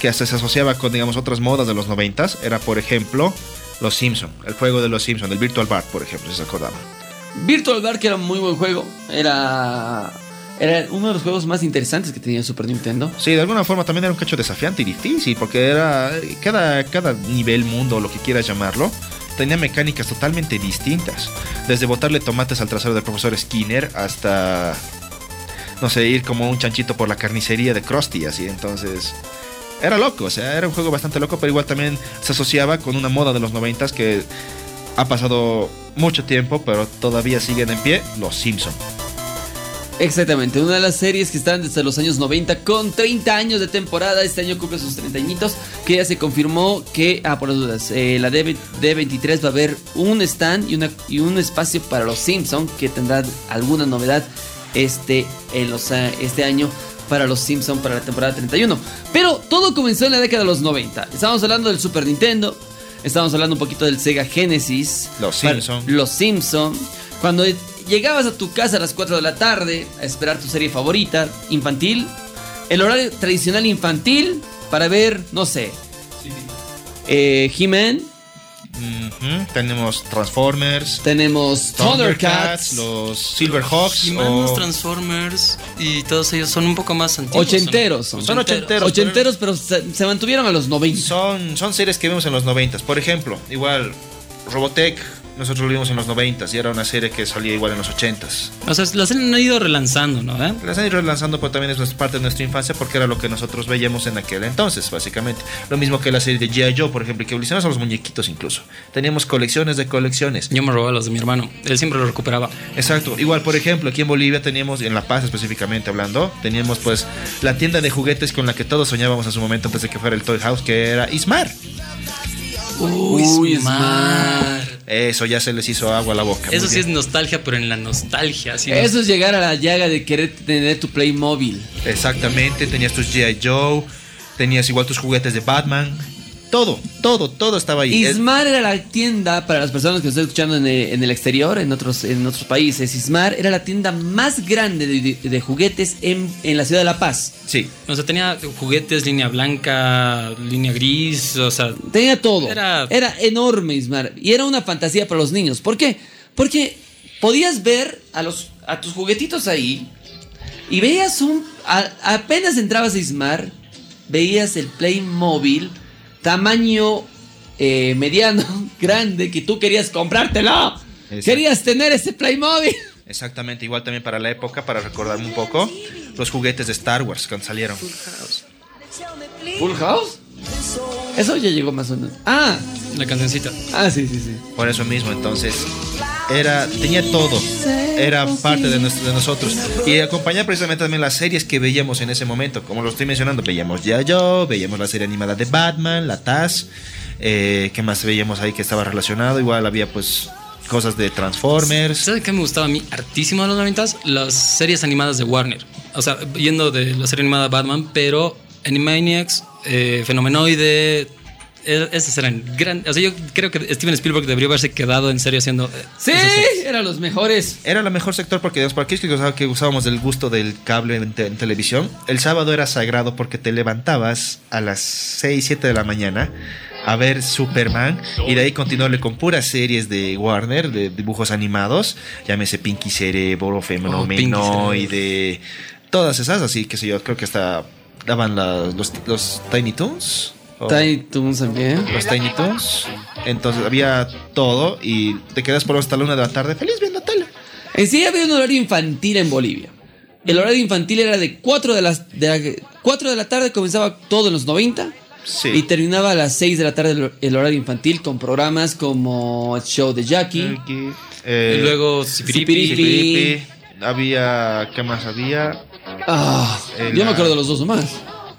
que hasta se asociaba con, digamos, otras modas de los noventas, era, por ejemplo, Los Simpson, el juego de Los Simpson, el Virtual Bar, por ejemplo, si se acordaban. Virtual Dark era un muy buen juego. Era. Era uno de los juegos más interesantes que tenía el Super Nintendo. Sí, de alguna forma también era un cacho desafiante y difícil, porque era cada, cada nivel, mundo, lo que quieras llamarlo, tenía mecánicas totalmente distintas. Desde botarle tomates al trasero del profesor Skinner hasta, no sé, ir como un chanchito por la carnicería de Krusty, así. Entonces, era loco, o sea, era un juego bastante loco, pero igual también se asociaba con una moda de los noventas que ha pasado mucho tiempo, pero todavía siguen en pie, Los Simpson. Exactamente, una de las series que están desde los años 90 con 30 años de temporada. Este año cumple sus 30 añitos. Que ya se confirmó que, ah, por las dudas, eh, la D- D23 va a haber un stand y, una, y un espacio para los Simpson que tendrán alguna novedad este, en los, ah, este año para los Simpson para la temporada 31. Pero todo comenzó en la década de los 90. Estábamos hablando del Super Nintendo, estábamos hablando un poquito del Sega Genesis, Los para- Simpson. los Simpson. Cuando llegabas a tu casa a las 4 de la tarde a esperar tu serie favorita, infantil, el horario tradicional infantil para ver, no sé, eh, He-Man, Ujú, Tenemos Transformers, tenemos Thundercats, los Silverhawks. Humanos, o- Transformers y todos ellos son un poco más antiguos. ¿o no? ochenteros. Son, Son ochenteros. ochenteros, pero se, se mantuvieron a los 90. Son, son series que vimos en los 90. Por ejemplo, igual Robotech, nosotros lo vimos en los 90 y era una serie que salía igual en los 80s. O sea, las han ido relanzando, ¿no? ¿Eh? Las han ido relanzando, pero también es nuestra- parte de nuestra infancia porque era lo que nosotros veíamos en aquel entonces, básicamente. Lo mismo que la serie de G.I. Joe, por ejemplo, que utilizamos a los muñequitos incluso. Teníamos colecciones de colecciones. Yo me robaba los de mi hermano. Él siempre los recuperaba. Exacto. Igual, por ejemplo, aquí en Bolivia teníamos, en La Paz específicamente hablando, teníamos pues la tienda de juguetes con la que todos soñábamos en su momento antes de que fuera el Toy House, que era Ismar. Uy, Smart. Eso ya se les hizo agua a la boca. Eso Muy sí bien. es nostalgia, pero en la nostalgia. así, ¿no? Eso es llegar a la llaga de querer tener tu Playmobil. Exactamente, tenías tus G.I. Joe, tenías igual tus juguetes de Batman. Todo, todo, todo estaba ahí. Es- Ismar era la tienda, para las personas que nos están escuchando en el, en el exterior, en otros, en otros países, Ismar era la tienda más grande de, de- de juguetes en, en la ciudad de La Paz. sí, O sea, tenía juguetes, línea blanca, línea gris, o sea, Tenía todo. Era, Era- enorme Ismar. Y era una fantasía para los niños. ¿Por qué? Porque podías ver a, los, a tus juguetitos ahí y veías un... a- apenas entrabas a Ismar, veías el Playmobil, tamaño eh, mediano, (laughs) grande, que tú querías comprártelo. Exacto. Querías tener ese Playmobil. exactamente. Igual también para la época, para recordarme un poco, los juguetes de Star Wars cuando salieron. ¿Full House? Eso ya llegó más o menos. Ah, la cancioncita. ah, sí, sí, sí. Por eso mismo, entonces, era, tenía todo. Era parte de, nuestro- de nosotros. Y acompañaba precisamente también las series que veíamos en ese momento. Como lo estoy mencionando, veíamos Ya Yo, veíamos la serie animada de Batman, La Taz. Eh, ¿Qué más veíamos ahí que estaba relacionado? Igual había pues cosas de Transformers. ¿Sabes qué me gustaba a mí hartísimo de los 90? Las series animadas de Warner. O sea, yendo de la serie animada Batman, pero Animaniacs, eh, Fenomenoide. e- Esas eran grandes. O sea, yo creo que Steven Spielberg debería haberse quedado en serio haciendo. eh, Sí, esas series. eran los mejores. Era el mejor sector porque digamos, para aquellos que gustaba- que usábamos del gusto del cable en, te- en televisión, el sábado era sagrado porque te levantabas a las 6, 7 de la mañana a ver Superman y de ahí continuarle con puras series de Warner, de dibujos animados, llámese Pinky Cerebro, Oh, Fenomenoide, todas esas, así que sé yo, creo que hasta daban las- los, los Tiny Toons. o- Tiny Toons también. los Tiny Toons. Entonces había todo y te quedas por hasta la una de la tarde feliz viendo tele. En sí había un horario infantil en Bolivia. El horario infantil era de 4 de, las, de, la, 4 de la tarde, comenzaba todo en los 90 Sí. y terminaba a las 6 de la tarde el, el horario infantil con programas como el show de Jackie. Eh, Y luego Sipiripi. Sipiripi. Piripi. Había. ¿Qué más había? Ah, El- yo me acuerdo de los dos nomás.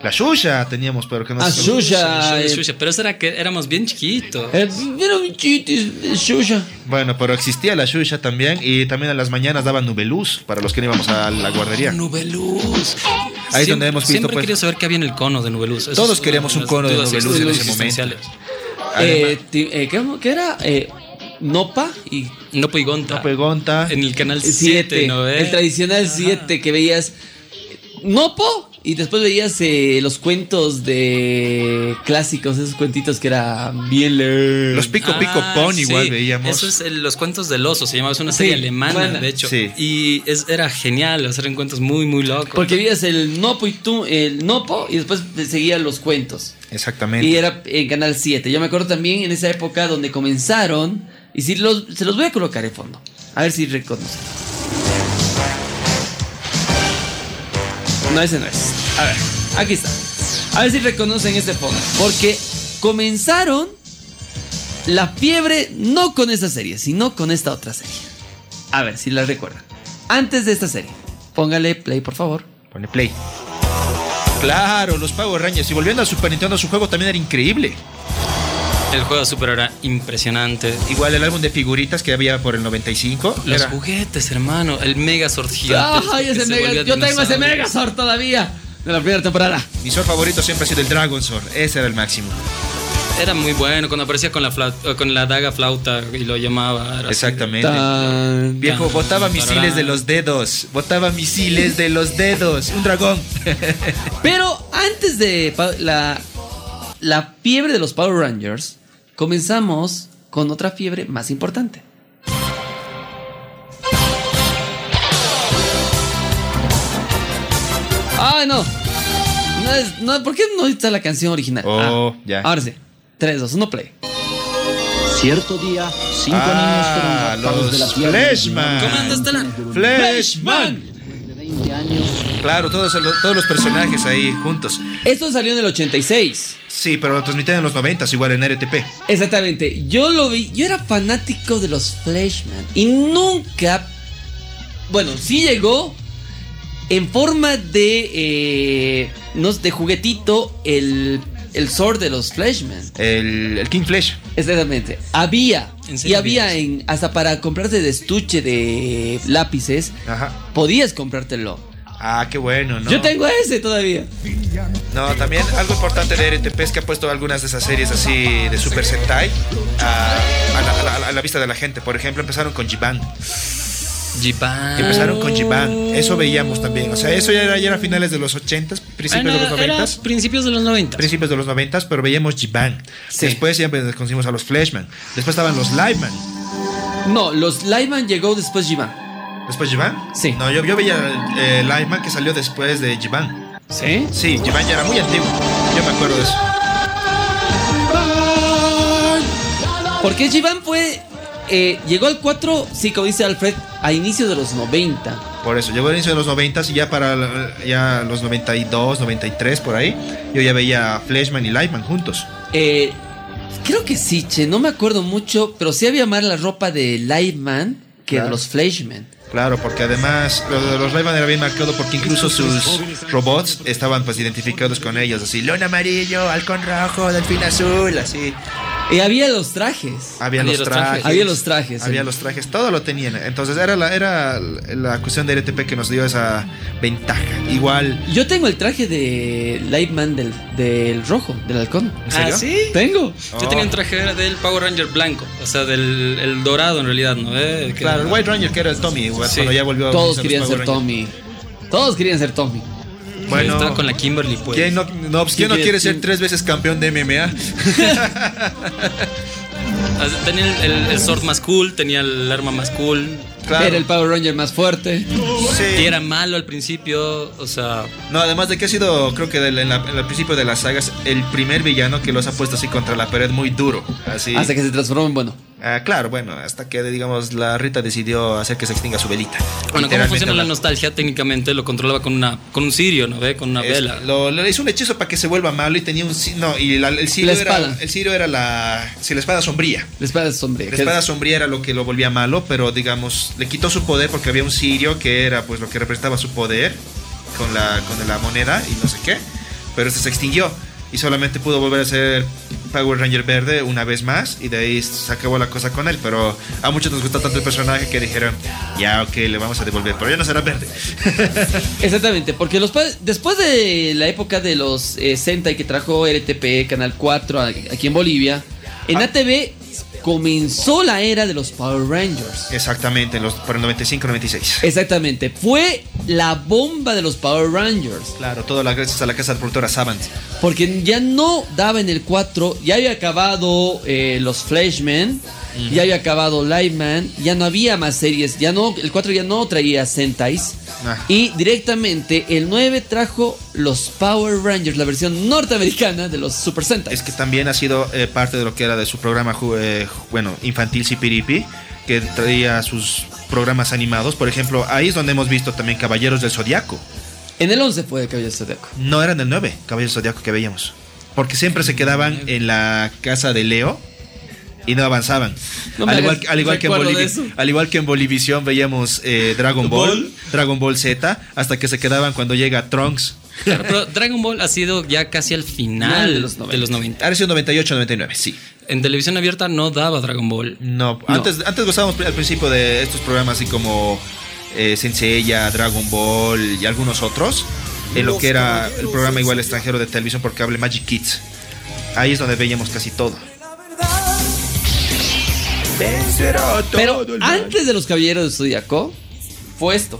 La Xuxa teníamos, pero que no Ah, Xuxa. Shusha, eh, Shusha, Pero eso era que éramos bien chiquitos. eh, Era un chitis, Shusha. Bueno, pero existía la Xuxa también y también en las mañanas daban nubeluz para los que no íbamos a la guardería. Nubeluz. Ahí es Siempre- donde hemos visto, Siempre pues. quería saber qué había en el cono de Nubeluz. Eso Todos es una queríamos un las cono de dudas Nubeluz en ese existenciales. Eh, Además- ti- eh, ¿qué, qué era? Eh, Nopa y No Puigonta. No pregunta. En el canal 7, 7. ¿no ve? El tradicional 7 que veías Nopo y después veías eh, los cuentos de clásicos, esos cuentitos que eran bien le- Los Pico Ah, Pico Pon sí. igual veíamos. Eso es el- los cuentos del oso, se llamaba, es una serie Sí, alemana, alemana. de hecho. Sí. Y es- era genial, hacer encuentros muy, muy locos. Porque veías el Nopo y tú, el Nopo y después te seguían los cuentos. Exactamente. Y era en Canal 7. Yo me acuerdo también en esa época donde comenzaron. Y si los, se los voy a colocar en fondo. A ver si reconocen. No, ese no es. A ver, aquí está. A ver si reconocen este fondo. Porque comenzaron la fiebre no con esa serie, sino con esta otra serie. A ver si la recuerdan. Antes de esta serie. Póngale play, por favor. Pone play. Claro, los Power Rangers. Y volviendo a Super Nintendo, su juego también era increíble. El juego super era impresionante. Igual el álbum de figuritas que había por el 95. Los era- juguetes, hermano. El Mega Sorgio. Ah, ¡Ay, ese mega! Yo tengo ese Megazord todavía. De la primera temporada. Mi Sword favorito siempre ha sido el Dragon Sword. Ese era el máximo. Era muy bueno cuando aparecía con la, flau- con la daga flauta y lo llamaba. era así. Exactamente. Tan. Viejo, Tan, botaba tarán. misiles de los dedos. Botaba misiles de los dedos. Un dragón. Pero antes de pa- la, la fiebre de los Power Rangers, comenzamos con otra fiebre más importante. ¡Ah, no! No es- no, ¿Por qué no está la canción original? Oh, Ah, ya. Ahora sí. 3, 2, 1, play. Cierto día, cinco Ah, niños fueron raptados de la los tierra y Fleshman. enseñados Comando estelar. Flashman. de 20 años. Claro, todos, todos los personajes ahí juntos. Esto salió en el 86. Sí, pero lo transmitían en los 90, igual en RTP. Exactamente. Yo lo vi. Yo era fanático de los Fleshman. Y nunca. Bueno, sí llegó. En forma de. eh, no, de juguetito. El. El sword de los Fleshman. El, el King Flash. Exactamente. Había. ¿En Y serio había había en. Hasta para comprarte de estuche de lápices. Ajá. Podías comprártelo. Ah, qué bueno, ¿no? Yo tengo ese todavía. No, también algo importante de RTP es que ha puesto algunas de esas series así de Super Sentai a, a la, a la- a la vista de la gente. Por ejemplo, empezaron con Jiban. Jibán. Empezaron con Ah. Jiban. Eso veíamos también. O sea, eso ya era, ya era finales de los 80s, Ah, principios no, de los era 90s. Principios de los 90. Principios de los 90s, pero veíamos Jiban. Sí. Después ya pues, conocimos a los Flashman. Después estaban los Liveman. No, los Lyman llegó después Jivan. ¿Después Jiban? Sí. No, yo, yo veía eh, Liveman que salió después de Jiban. ¿Sí? Sí, Jiban ya era muy antiguo. Yo me acuerdo de eso. Porque Jivan fue. eh, llegó al 4, sí, como dice Alfred, a inicio de los 90. Por eso, llegó al inicio de los 90 y ya para la- ya los 92, 93, por ahí, yo ya veía a Fleshman y Lightman juntos. Eh, creo que sí, che, no me acuerdo mucho, pero sí había más la ropa de Lightman que Claro. de los Flashman. Claro, porque además lo de los Lightman era bien marcado porque incluso sus robots estaban pues identificados con ellos, así, león amarillo, halcón rojo, delfín azul, así. Y había los trajes. Había, los, trajes, Había los trajes, Había sí. los trajes, todo lo tenían. Entonces era la, era la cuestión de RTP que nos dio esa ventaja. Igual, Yo tengo el traje de Lightman del, del rojo, del halcón. ¿en ¿Ah, serio? sí? Tengo. Yo tenía un traje era del Power Ranger blanco, o sea, del el dorado en realidad, ¿no? Eh, que- Claro, el White Ranger que era el Tommy, igual, Sí. cuando ya volvió a Todos los querían Power ser Rangers. Tommy. Todos querían ser Tommy. Bueno. Estaba con la Kimberly, pues. ¿Quién no, no, pues, ¿quién no ¿Quién- quiere ser quién- tres veces campeón de MMA? Ah, Tenía el, el- el sword más cool, tenía el arma más cool. Era el Power Ranger más fuerte. Y Sí. era malo al principio, o sea, No, además de que ha sido, creo que del- en, la- en el principio de las sagas, el primer villano que los ha puesto así contra la pared muy duro. Así. Hasta que Ah, se transformó en bueno. Ah, claro, bueno, hasta que, digamos, la Rita decidió hacer que se extinga su velita. bueno, ¿cómo Literalmente funciona la la- nostalgia? Técnicamente lo controlaba con una con un cirio, ¿no ve? Con una es- vela. lo- le hizo un hechizo para que se vuelva malo y tenía un. ci- No, y la- el cirio La era. espada. El cirio era la. Sí, la espada sombría. La espada es sombría. La espada sombría era lo que lo volvía malo, pero digamos, le quitó su poder porque había un sirio que era pues lo que representaba su poder con la, con la moneda y no sé qué. pero este se extinguió y solamente pudo volver a ser Power Ranger verde una vez más y de ahí se acabó la cosa con él, pero a muchos nos gusta tanto el personaje que dijeron, ya ok, le vamos a devolver, pero ya no será verde. Exactamente, porque los pa- después de la época de los eh, Sentai que trajo RTP, Canal 4 a- aquí en Bolivia, en Ah. ATV comenzó la era de los Power Rangers. Exactamente, en los, por el 95-96. Exactamente, fue la bomba de los Power Rangers, Claro, todo la, gracias a la casa productora Savant. porque ya no daba en el 4, ya había acabado eh, los Flashman, ya había acabado Lightman, ya no había más series, ya no el 4 ya no traía Sentais. Ah. Y directamente el 9 trajo los Power Rangers, la versión norteamericana de los Super Sentai. Es que también ha sido eh, parte de lo que era de su programa, ju- eh, ju- bueno, infantil Cipiripi, que traía sus programas animados. Por ejemplo, ahí es donde hemos visto también Caballeros del Zodiaco. En el 11 fue el Caballero Zodíaco. No eran el 9, Caballeros del Zodiaco que veíamos. Porque siempre se quedaban en la casa de Leo y no avanzaban. No me al, hagas igual, al igual que en recuerdo de Bolivi- eso. al igual que en Bolivisión veíamos eh, Dragon Ball, Ball. Dragon Ball Z, hasta que se quedaban cuando llega Trunks. (laughs) Claro, pero Dragon Ball ha sido ya casi al final de los 90. Ha sido 98, 99, sí. En televisión abierta no daba Dragon Ball. No, antes, antes gozábamos pri- al principio de estos programas así como eh, Senseiya, Dragon Ball y algunos otros. En lo que era el programa igual extranjero de televisión por cable Magic Kids. Ahí es donde veíamos casi todo. Pero antes de los Caballeros del Zodíaco fue esto.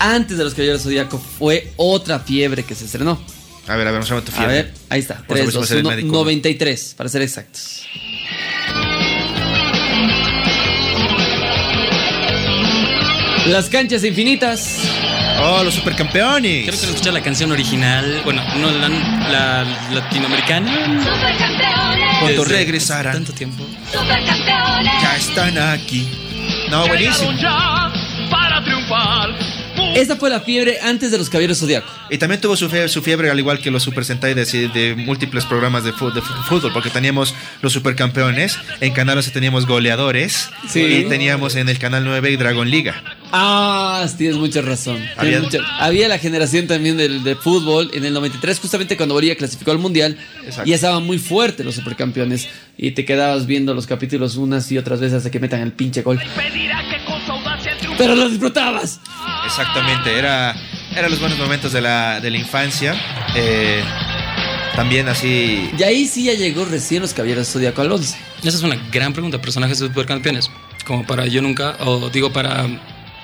Antes de los Caballeros del Zodíaco fue otra fiebre que se estrenó. A ver, a ver, muéstrame tu A fiebre. ver, ahí está. Por 3, supuesto, 2, va a ser el 1, médico, ¿no? 93, para ser exactos. Las canchas infinitas. ¡Oh, los Creo que supercampeones! no escuché la canción original, bueno, no la, la latinoamericana. Supercampeones, Cuando Desde regresarán, Tanto tiempo. supercampeones, ya están aquí. No, buenísimo. Esa fue la fiebre antes de los Caballeros Zodíaco. Y también tuvo su fiebre, su fiebre al igual que los Super Sentai de, de múltiples programas de fu- de fu- fútbol, porque teníamos los Supercampeones, en Canal 11 teníamos Goleadores, Sí. y teníamos en el Canal 9 Dragon Liga. Ah, tienes mucha razón. Tienes Había- mucha- había la generación también del, de fútbol en el 93, justamente cuando Bolivia clasificó al Mundial. Exacto. Y estaban muy fuertes los supercampeones. Y te quedabas viendo los capítulos unas y otras veces hasta que metan el pinche gol. Pero lo disfrutabas. Exactamente, era, eran los buenos momentos de la, de la infancia. eh, también así... Y ahí sí ya llegó recién los Caballeros Zodíaco al 11. Esa es una gran pregunta. Personajes de supercampeones. Como para Yo Nunca, o digo para um,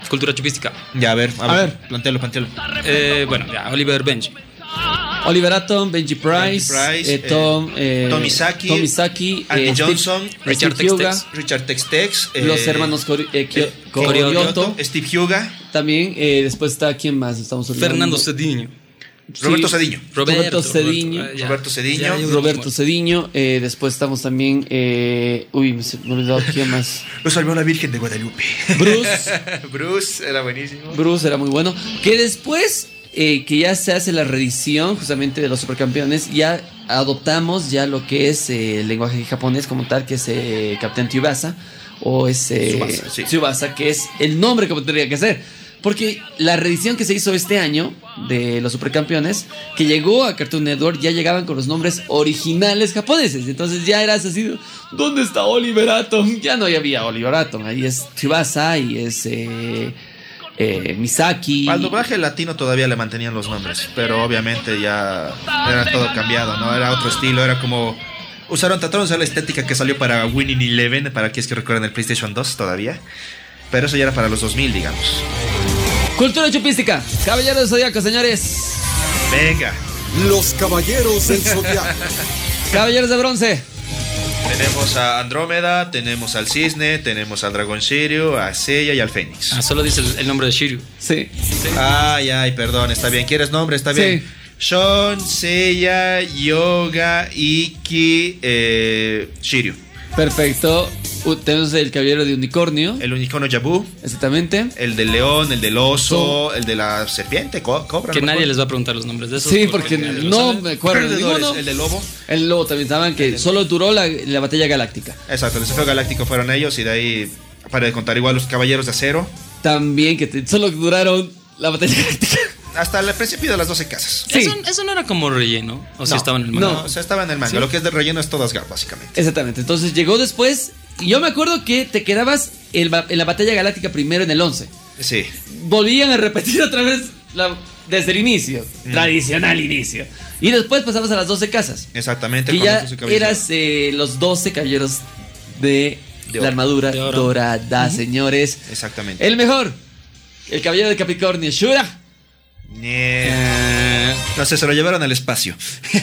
Cultura Chupística. Ya, a ver, a, A ver, ver. plantealo, plantealo. Eh, bueno, ya, Oliver Benji. Oliver Atom, Benji Price, Benji Price, eh, Tom, eh, Tomisaki, Tomisaki, Andy Steve- Johnson, Richard Steve Hyuga, Tex-Tex, Richard Tex Tex. eh, los hermanos Cori- eh, Kyo- eh, Corioto. Corioto, Steve Hyuga, También eh, después está, ¿quién más? Estamos olvidando. Fernando Cediño. Sí. Roberto Cediño. Roberto Cediño. eh, ya. Roberto Cediño. Ya, yo creo Roberto que- Cediño, eh, después estamos también, eh, uy, me se- me he olvidado quién más. Lo salvó la Virgen de Guadalupe. Bruce, (laughs) Bruce, era buenísimo. Bruce era muy bueno. Que después eh, que ya se hace la reedición justamente de los supercampeones, ya adoptamos ya lo que es eh, el lenguaje japonés como tal, que es eh, Captain Tsubasa o es eh, Tsubasa, sí. Tsubasa, que es el nombre como tendría que ser. Porque la reedición que se hizo este año de los supercampeones, que llegó a Cartoon Network, ya llegaban con los nombres originales japoneses. Entonces ya eras así, ¿dónde está Oliver Atom? Ya no había Oliver Atom, ahí es Tsubasa y es eh, eh, Misaki. Al doblaje latino todavía le mantenían los nombres, pero obviamente ya era todo cambiado, ¿no? Era otro estilo, era como... Usaron, trataron de usar la estética que salió para Winning Eleven, para que es que recuerdan el PlayStation 2 todavía. Pero eso ya era para los 2000, digamos. Cultura chupística, Caballeros del Zodíaco, señores. Venga, Los Caballeros del Zodiaco. Caballeros de Bronce. tenemos a Andrómeda, tenemos al Cisne, tenemos al Dragón Sirio, a Seiya y al Fénix. Ah, solo dice el, el nombre de Shiryu. Sí. Ay, ay, perdón, está bien. ¿Quieres nombre? Está Sí. bien. Shon, Seiya, Yoga, Iki, eh, Shiryu. Perfecto. Uh, tenemos el Caballero de Unicornio. El unicornio Yabu, Exactamente. el del león, el del oso, el de la serpiente, co- cobra. Que no nadie recuerdo. les va a preguntar los nombres de esos. Sí, porque nadie lo no sabe. me acuerdo de Perdedores, ninguno. el del lobo. El lobo también saben que solo duró la, la batalla galáctica. Exacto, el desafío galáctico fueron ellos y de ahí, para de contar igual, los caballeros de acero. También que te- solo duraron la batalla (laughs) galáctica. hasta el principio de las 12 casas. Sí. Eso, eso no era como relleno. O si No, estaba en el manga. no. O sea, estaba en el manga. Sí. Lo que es de relleno es todas gas, básicamente. Exactamente. Entonces llegó después. Y yo me acuerdo que te quedabas en la, en la batalla galáctica primero en el 11. Sí. Volvían a repetir (laughs) otra vez la- desde el inicio. Mm. Tradicional inicio. Y después pasabas a las 12 casas. Eh, Exactamente. Y con ya eso se cabizaba. eras eh, los 12 caballeros de, De la oro. armadura De oro. dorada, señores. Exactamente. El mejor. El caballero de Capricornio, Shura. Nie- Eh, No sé, se lo llevaron al espacio. (laughs)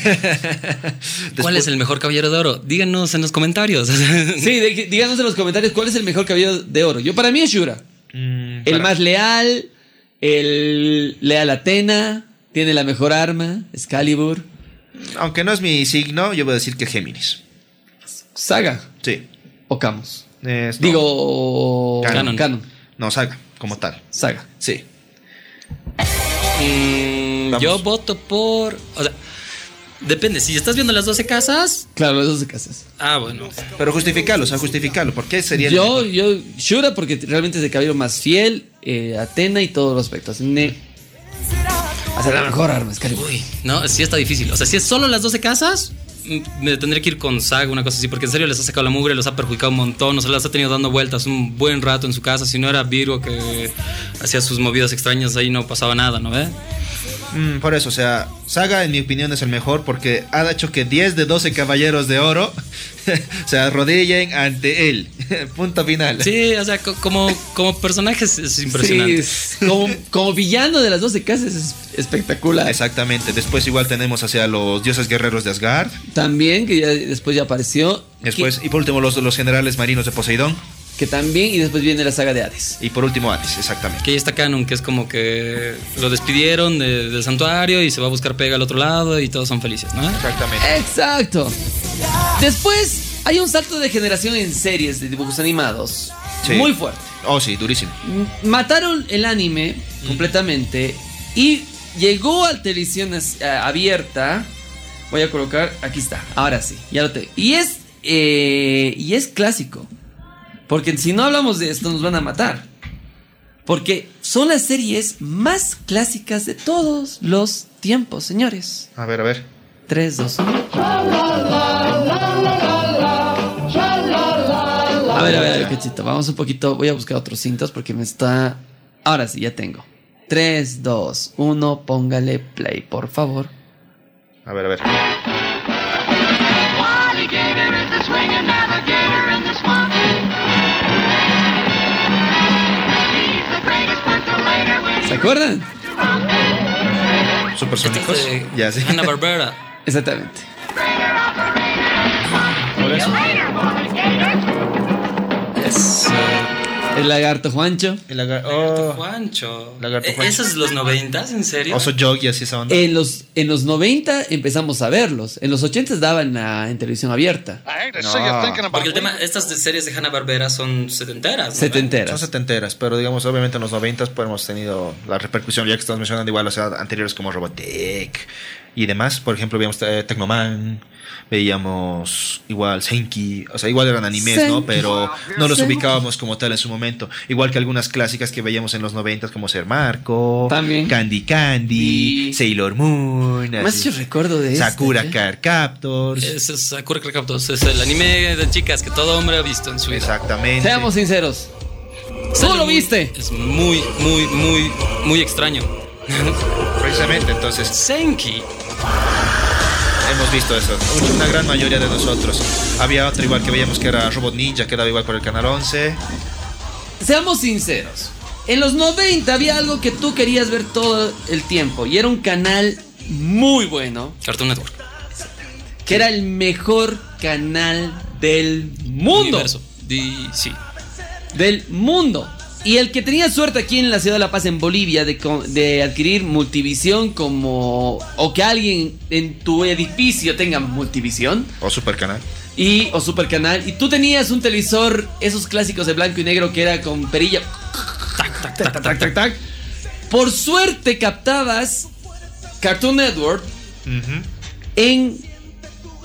¿Cuál es el mejor caballero de oro? Díganos en los comentarios. (laughs) Mm, Sí, de- díganos en los comentarios cuál es el mejor caballero de oro. Yo para mí es Shura. Mm, El para- más leal, el leal Atena, tiene la mejor arma, Excalibur. Aunque no es mi signo, yo voy a decir que Géminis. Saga Sí. o Camus. Es- no. Digo, Canon. Canon. No, saga, como tal. Saga. Sí. Mm, Vamos. yo voto por. O sea, depende. Si estás viendo las 12 casas. Claro, los dos de casas. Ah, bueno. Pero justificarlo, o sea, justificarlo. ¿Por qué sería el Yo, mejor? yo, Shura, porque realmente es el caballero más fiel, eh, Atena y todos los aspectos. Ne Hacer la mejor arma, Excalibur. Uy, no, sí está difícil. O sea, si es solo las 12 casas, mm, me tendré que ir con Saga, una cosa así, porque en serio les ha sacado la mugre, los ha perjudicado un montón, o sea, las ha tenido dando vueltas un buen rato en su casa. Si no era Virgo que hacía sus movidas extrañas, ahí no pasaba nada, ¿no (laughs) ve? Mm, por eso, o sea, Saga, en mi opinión, es el mejor porque ha hecho que 10 de 12 caballeros de oro (laughs) se arrodillen ante él. (laughs) Punto final. Sí, o sea, co- como, como personaje es, es impresionante. Sí, es- como, como villano de las 12 casas es espectacular. Exactamente. Después, igual tenemos hacia los dioses guerreros de Asgard. También, que ya después ya apareció. Después, y por último, los, los generales marinos de Poseidón. Que, que también, y después viene la saga de Hades. Y por último, Hades, exactamente. Que ya está Canon, que es como que lo despidieron de- del santuario y se va a buscar pega al otro lado y todos son felices, ¿no? Exactamente. Exacto. Después hay un salto de generación en series de dibujos animados. Sí. Muy fuerte. Oh, sí, durísimo. mataron el anime completamente y llegó a televisión as- a- abierta. Voy a colocar, aquí está, ahora sí, ya lo tengo. Y es, eh, y es clásico, porque si no hablamos de esto nos van a matar. Porque son las series más clásicas de todos los tiempos, señores. A ver, a ver. 3, 2, 1. A ver, a ver, a ver, cachito. Vamos un poquito. Voy a buscar otros cintos porque me está. Ahora sí, ya tengo. 3, 2, 1. Póngale play, por favor. A ver, a ver. ¿Se acuerdan? Supersónicos. Este es de Ya, sí. Hanna (laughs) Barbera. Exactamente. Es eh, El lagarto Juancho. (laughs) El lagar- oh. Juancho. Lagarto Eh, Juancho. ¿Esos los noventas, en serio? Oso Jog y así esa onda. En los, en los 90 empezamos a verlos. En los 80 daban a- en televisión abierta. No, Porque el tema, estas de series de Hanna Barbera son setenteras. ¿no? son Setenteras. setenteras, pero digamos, obviamente en los noventas pues hemos tenido la repercusión, ya que estamos mencionando igual, o sea, anteriores como Robotech y demás. Por ejemplo, veíamos eh, Tecnoman, veíamos igual Senki, o sea, igual eran animes, ¿no? Senki. Pero no los Senki. ubicábamos como tal en su momento. Igual que algunas clásicas que veíamos en los noventas como Ser Marco, También. Candy Candy, Y- Sailor Moon, Más así. yo recuerdo de Sakura este, ¿eh? Card Captors. Es, es Sakura Card Captors, es el anime de chicas que todo hombre ha visto en su vida. Exactamente. Seamos sinceros. ¿Tú Sailor lo Moon viste? Es muy, muy, muy, muy extraño. Precisamente, entonces Senki. Hemos visto eso, una gran mayoría de nosotros. Había otro igual que veíamos que era Robot Ninja, que era igual por el canal 11. Seamos sinceros. En los 90 había algo que tú querías ver todo el tiempo y era un canal muy bueno, Cartoon Network. que era el mejor canal del mundo. Universo. Di- sí. Del mundo. Y el que tenía suerte aquí en la ciudad de La Paz, en Bolivia, de, co- de adquirir multivisión como... o que alguien en tu edificio tenga multivisión O Super Canal. y, o super canal. Y tú tenías un televisor, esos clásicos de blanco y negro que era con perilla Tac, tac, tac, tac, tac. Por suerte captabas Cartoon Network en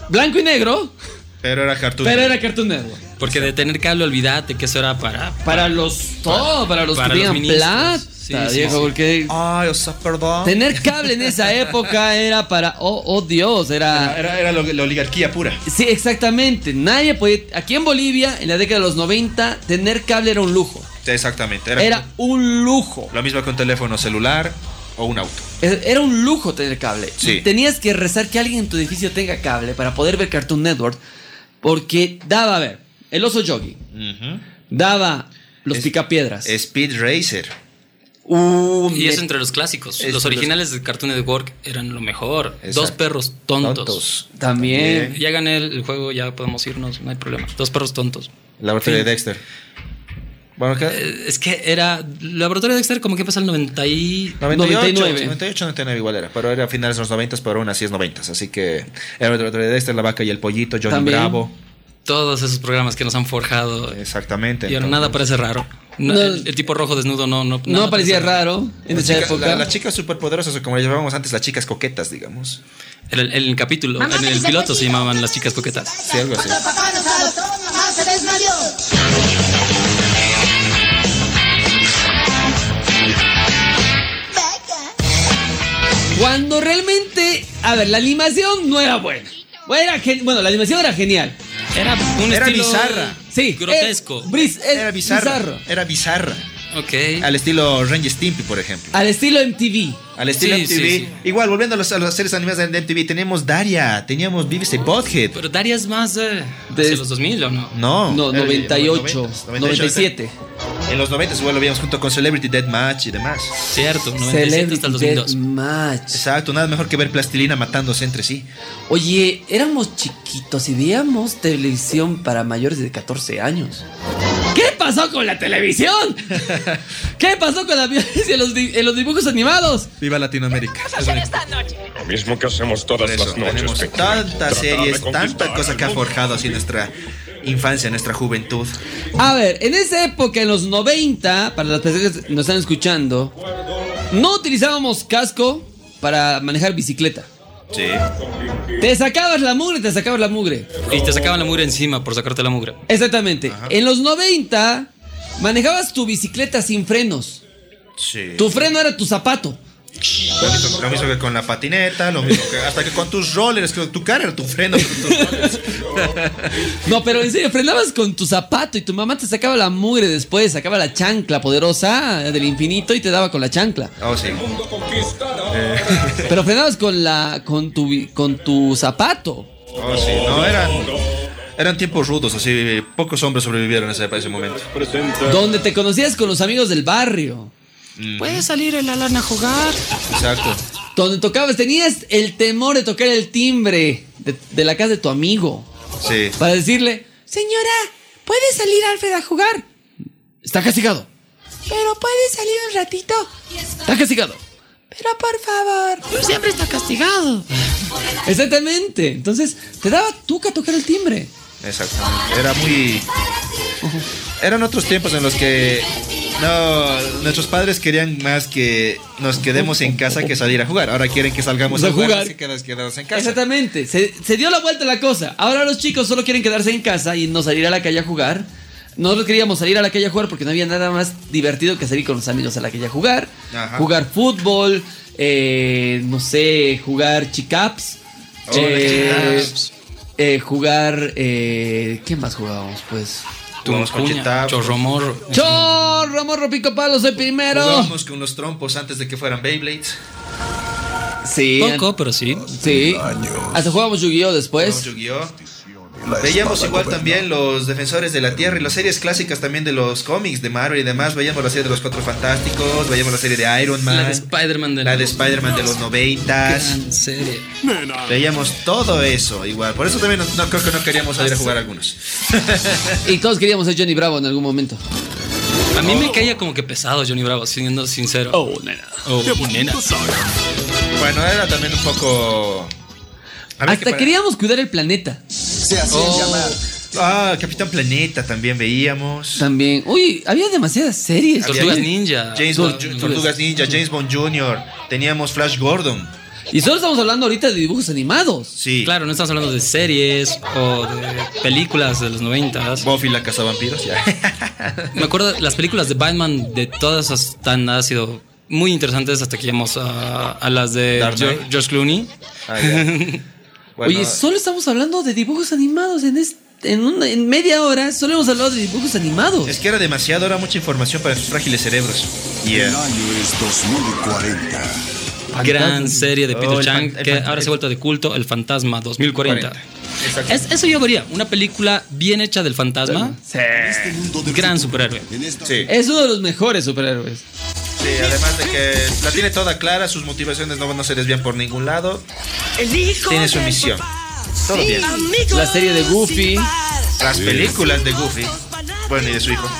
blanco y negro, Pero era Cartoon. pero era Cartoon Network. Porque de tener cable, olvídate que eso era para. Para los todo, para los para que los tenían ministros. plata. Sí, sí, Está, Ah. Diego, sí. porque Ay, o sea, perdón. tener cable en esa época era para. Oh, oh Dios, Era, era. era- era lo- la oligarquía pura. Sí, exactamente. Nadie podía. Aquí en Bolivia, en la década de los 90, tener cable era un lujo. Sí, Exactamente. Era, Era un lujo. lo mismo que un teléfono celular o un auto. Es- Era un lujo tener cable. Sí. Y tenías que rezar que alguien en tu edificio tenga cable para poder ver Cartoon Network. Porque daba, a ver, el oso yogi. Daba los Es- picapiedras. Speed Racer. Uh, Y eso me- entre los clásicos. Es- los originales de Cartoon Network eran lo mejor. Exacto. Dos perros tontos. También. Ya gané el juego, ya podemos irnos, no hay problema. Dos perros tontos. La batalla de Dexter. Bueno, ¿qué? Eh, Es que era. Laboratorio de Dexter, como que pasa el 90 y. 99. 98, 98, 99 igual era, pero era finales de los 90, pero aún así es 90. Así que era otro de Dexter, La Vaca y el Pollito, Johnny También. Bravo. Todos esos programas que nos han forjado. eh, Exactamente. y ahora Este, entonces. nada parece raro. No, No. el, el tipo rojo desnudo no. No, No nada parecía parece raro en Las esa chicas- época. la- las chicas superpoderosas, o como le llamábamos antes, las chicas coquetas, digamos. En el, en el capítulo, en el piloto se llamaban Las Chicas Coquetas. Sí, algo así. Cuando realmente. A ver, la animación no era buena. Bueno, era gen- bueno, la animación era genial. Era un Era estilo bizarra. Sí. Grotesco. eh, bris- eh, Era bizarra. bizarro. Era bizarra. ok. Al estilo Range Stimpy, por ejemplo. Al estilo MTV. Al estilo Sí, MTV. sí, sí. Igual, volviendo a los, a los series animadas de MTV, teníamos Daria, teníamos Beavis y Butthead. Pero Darías más de. De- hacia los 2000 o no? No, No, era- 98, 97. En los 90 igual lo veíamos junto con Celebrity Deathmatch y demás. Cierto, 97 hasta el 2002. Match. Exacto, nada mejor que ver plastilina matándose entre sí. Oye, éramos chiquitos y veíamos televisión para mayores de 14 años. ¿Qué pasó con la televisión? ¿Qué pasó con la violencia (laughs) en los, di- en los dibujos animados? Viva Latinoamérica. Lo mismo que hacemos todas Por eso las noches. tenemos pequeño. tantas Tratar de series, conquistar tanta cosa el que ha mundo. forjado así nuestra infancia, nuestra juventud. A ver, en esa época, en los 90, para las personas que nos están escuchando, no utilizábamos casco para manejar bicicleta. Sí. Te sacabas la mugre, te sacabas la mugre. Y te sacaban la mugre encima por sacarte la mugre. Exactamente. En los 90, manejabas tu bicicleta sin frenos. Sí. Tu freno era tu zapato. Lo, mismo, lo mismo que con la patineta, lo mismo que hasta que con tus rollers, que tu cara era tu freno. con tus rollers. No, pero en serio, frenabas con tu zapato y tu mamá te sacaba la mugre después, sacaba la chancla poderosa del infinito y te daba con la chancla. Oh, sí. Pero frenabas con la con tu bi- con tu zapato. Oh, sí. No, eran, eran tiempos rudos, así pocos hombres sobrevivieron a ese, a ese momento. Donde te conocías con los amigos del barrio. Puedes salir el Alan a jugar. Exacto. Donde tocabas, tenías el temor de tocar el timbre de, de la casa de tu amigo. Sí. Para decirle, señora, ¿puede salir Alfred a jugar? Está castigado. Pero puede salir un ratito. Está castigado. Pero por favor. Siempre está castigado. Exactamente. Entonces, te daba tuca tocar el timbre. Exactamente. Era muy. Eran otros tiempos en los que no, nuestros padres querían más que nos quedemos en casa que salir a jugar. Ahora quieren que salgamos A a jugar, jugar. así que nos quedamos en casa. Exactamente. Se, se dio la vuelta la cosa. Ahora los chicos solo quieren quedarse en casa y no salir a la calle a jugar. Nosotros queríamos salir a la calle a jugar porque no había nada más divertido que salir con los amigos a la calle a jugar. Ajá. Jugar fútbol, eh, no sé, jugar chicaps. Oh, chicaps. eh, jugar... Eh, ¿Qué más jugábamos, pues? Jugábamos con chitap, Chorromor. ¡Chorro, morro, pico, palo, soy primero! jugábamos con los trompos antes de que fueran Beyblades. Sí, Poco, pero sí. sí. Hasta jugábamos Yu-Gi-Oh Jugábamos después. Yu-Gi-Oh. Veíamos igual también los Defensores de la Tierra y las series clásicas también de los cómics de Marvel y demás. Veíamos la serie de los Cuatro Fantásticos, veíamos la serie de Iron Man, La de Spider-Man de la de Spider-Man de los noventas. Gran serie. Veíamos todo eso igual. Por eso también no, no- creo que no queríamos salir a jugar algunos. Y todos queríamos ser Johnny Bravo en algún momento. A mí Oh. me caía como que pesado Johnny Bravo, siendo sincero. Oh, nena. Oh, nena. Bueno, era también un poco. Había que Hasta parar. queríamos cuidar el planeta. Se hacían llamar. Ah, Capitán Planeta también veíamos. También. Uy, había demasiadas series. Había- Tortugas Ninja. James Bond Ju- Tortugas Ninja, James Bond Jr. Teníamos Flash Gordon. Y solo estamos hablando ahorita de dibujos animados. Sí. Claro, no estamos hablando de series o de películas de los 90. Buffy la cazavampiros, ya. (laughs) Me acuerdo, las películas de Batman de todas esas tan han sido muy interesantes hasta que llegamos a, a las de Dark Jo- Knight. George Clooney. Ah, (laughs) ya. Bueno, Oye, solo estamos hablando de dibujos animados. En, es- en, una- en media hora solo hemos hablado de dibujos animados. es que era demasiado, era mucha información para sus frágiles cerebros. El año es 2040. Gran serie de Oh, Peter el fan- Chang el que fan- ahora se ha vuelto de culto, El Fantasma 2040. 40. Exacto. Es- eso yo vería, una película bien hecha del fantasma. Este mundo del Gran futuro, superhéroe. En esta Sí. Es uno de los mejores superhéroes. Sí, además de que la tiene toda clara, sus motivaciones no, no se desvían por ningún lado. Tiene su misión. Todo bien. La serie de Goofy. Las películas de Goofy. Bueno, y de su hijo.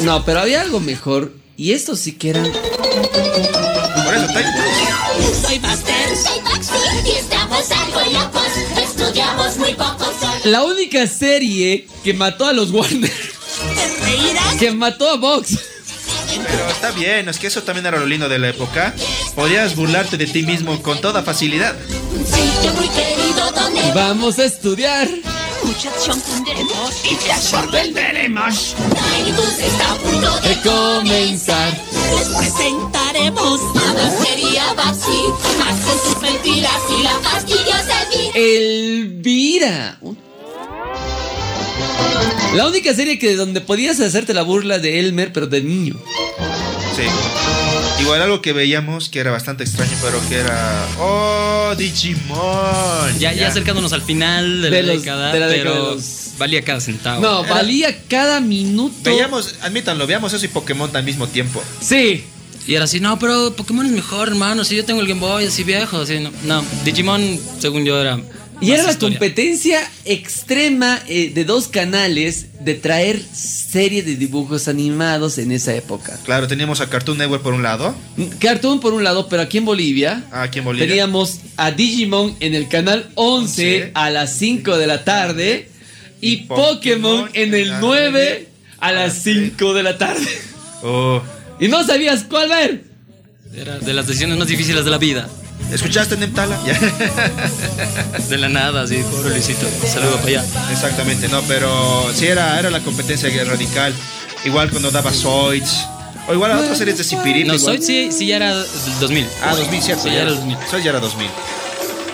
No, pero había algo mejor. Y esto sí que eran. Por eso, Tiny Toons. Soy Maxi y estamos algo locos. Estudiamos muy poco sol. La única serie que mató a los Warner. Que mató a Vox. Pero está bien, es que eso también era lo lindo de la época. Podías burlarte de ti mismo con toda facilidad. Un sitio muy querido donde Vamos a estudiar. mucha acción tendremos y te sorprenderemos. Titus está a punto De de comenzar. Les presentaremos a la serie Baxi. Más con sus mentiras y la pastilla se vi. Elvira. La única serie que donde podías hacerte la burla de Elmer, pero de niño. Sí. Igual algo que veíamos que era bastante extraño, pero que era. ¡Oh, Digimon! Ya, ya acercándonos al final de, De la los- década, de la década pero de los- valía cada centavo. No, valía cada minuto. Veíamos, admítanlo, veamos eso y Pokémon al mismo tiempo. Sí. Y era así, no, pero Pokémon es mejor, hermano. Si yo tengo el Game Boy así viejo, así no. No, Digimon, según yo, era. Y más era la historia. competencia extrema eh, de dos canales de traer serie de dibujos animados en esa época. Claro, teníamos a Cartoon Network por un lado, Cartoon por un lado, pero aquí en Bolivia, Ah, aquí en Bolivia. teníamos a Digimon en el canal 11 11 a las 5 de la tarde y, Y Pokémon, Pokémon en el 9 a las 5 de la tarde. Oh. Y no sabías cuál ver. Era de las decisiones más difíciles de la vida. ¿Escuchaste Neptala? (laughs) Ya. De la nada, así, pobre Luisito. Saludo para allá. Exactamente, no, pero sí era, era la competencia que radical. Igual cuando daba Zoids. O igual a otras series de Cipiripi. No, igual. Zoid sí, sí ya era del 2000. Ah, 2000, cierto. Sí, ya era 2000. Zoids ya era 2000.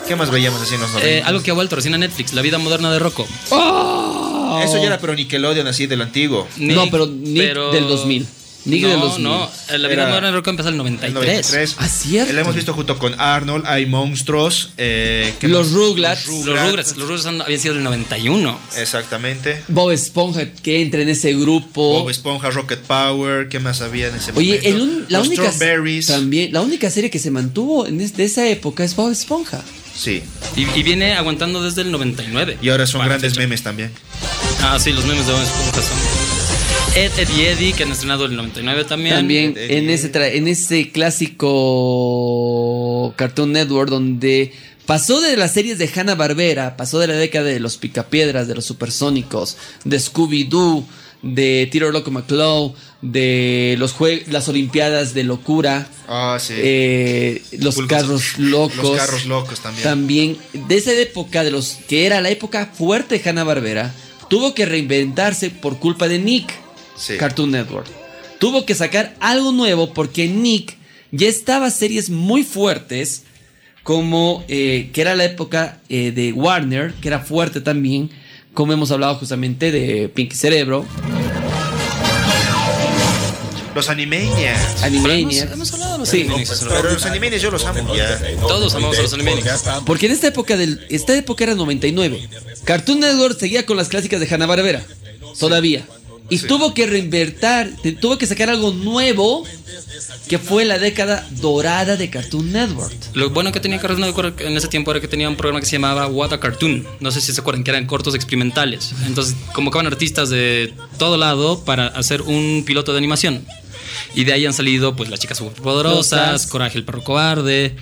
¿Qué más veíamos así en los 90? Eh, algo que ha vuelto recién a Netflix, La vida moderna de Rocco. ¡Oh! Eso ya era pero Nickelodeon así del antiguo. No, pero Nick del 2000. Nick no, del 2000. No, eh, La vida Era- moderna de Rocco empezó en el El 93. 93. Ah, cierto. Lo hemos visto junto con Arnold, hay monstruos. eh, ¿qué Los más? Rugrats. Los Los Rugrats, los Rugrats han- habían sido del 91. Exactamente. Bob Esponja que entra en ese grupo. Bob Esponja, Rocket Power, ¿qué más había en ese Oh. Oye, momento? el un- la Los única Strawberries. también la única serie que se mantuvo en es- de esa época es Bob Esponja. Sí. Y, y viene aguantando desde el 99. Y ahora son Para grandes fecha. memes también. Ah, sí, los memes de Bob Esponja son. Ed, Ed y Eddie, que han estrenado el 99 también. También Eh, en ese tra- en ese clásico Cartoon Network donde pasó de las series de Hanna Barbera, pasó de la década de los Picapiedras, de los Supersónicos, de Scooby Doo, de Tiro Loco McClow, de los jue- las Olimpiadas de locura. Ah, sí. eh, los Pulpos. carros locos. Los carros locos también. También, de esa época, de los que era la época fuerte de Hanna-Barbera, tuvo que reinventarse por culpa de Nick, Sí. Cartoon Network. Tuvo que sacar algo nuevo porque Nick ya estaba series muy fuertes, como eh, que era la época eh, de Warner, que era fuerte también, como hemos hablado justamente de Pinky Cerebro, Los Animaniacs. Animaniacs. hemos- hemos hablado de los Sí. Animaniacs. Pero los Animaniacs yo los amo. Ya. Todos amamos a los Animaniacs. Porque en esta época del esta época era 99. Cartoon Network seguía con las clásicas de Hanna-Barbera todavía y tuvo que reinventar, te- tuvo que sacar algo nuevo que fue la década dorada de Cartoon Network. Lo bueno que tenía Cartoon Network en ese tiempo era que tenía un programa que se llamaba What a Cartoon. No sé si se acuerdan que eran cortos experimentales. Entonces convocaban artistas de todo lado para hacer un piloto de animación. Y de ahí han salido pues las chicas superpoderosas, Poderosas. Coraje el perro cobarde.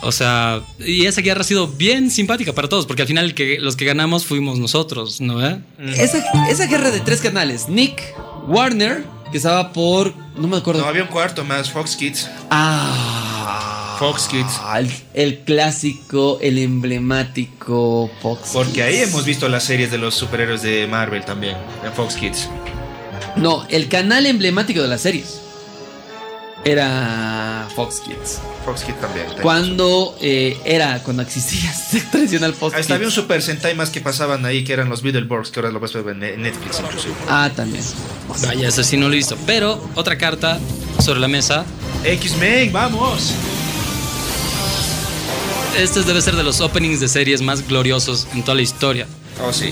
O sea, y esa guerra ha sido bien simpática para todos, porque al final el que, los que ganamos fuimos nosotros, ¿no? eh? Esa, esa guerra de tres canales, Nick, Warner, que estaba por no me acuerdo. No, había un cuarto más, Fox Kids. Ah. Fox Kids. Ah, el, el clásico, el emblemático Fox. Porque ahí Kids. hemos visto las series de los superhéroes de Marvel también, en Fox Kids. No, el canal emblemático de las series era Fox Kids. Fox Kid también. tenía su- Cuando eh, era, cuando existía (laughs) tradicional Fox Hasta había un Kids. Super Sentai más que pasaban ahí, que eran los Beetleborgs, que ahora lo puedes ver en en Netflix inclusive. Ah, también. Vaya, eso sí no lo he visto. Pero otra carta sobre la mesa. X-Men, vamos. Este debe ser de los openings de series más gloriosos en toda la historia. Oh, sí.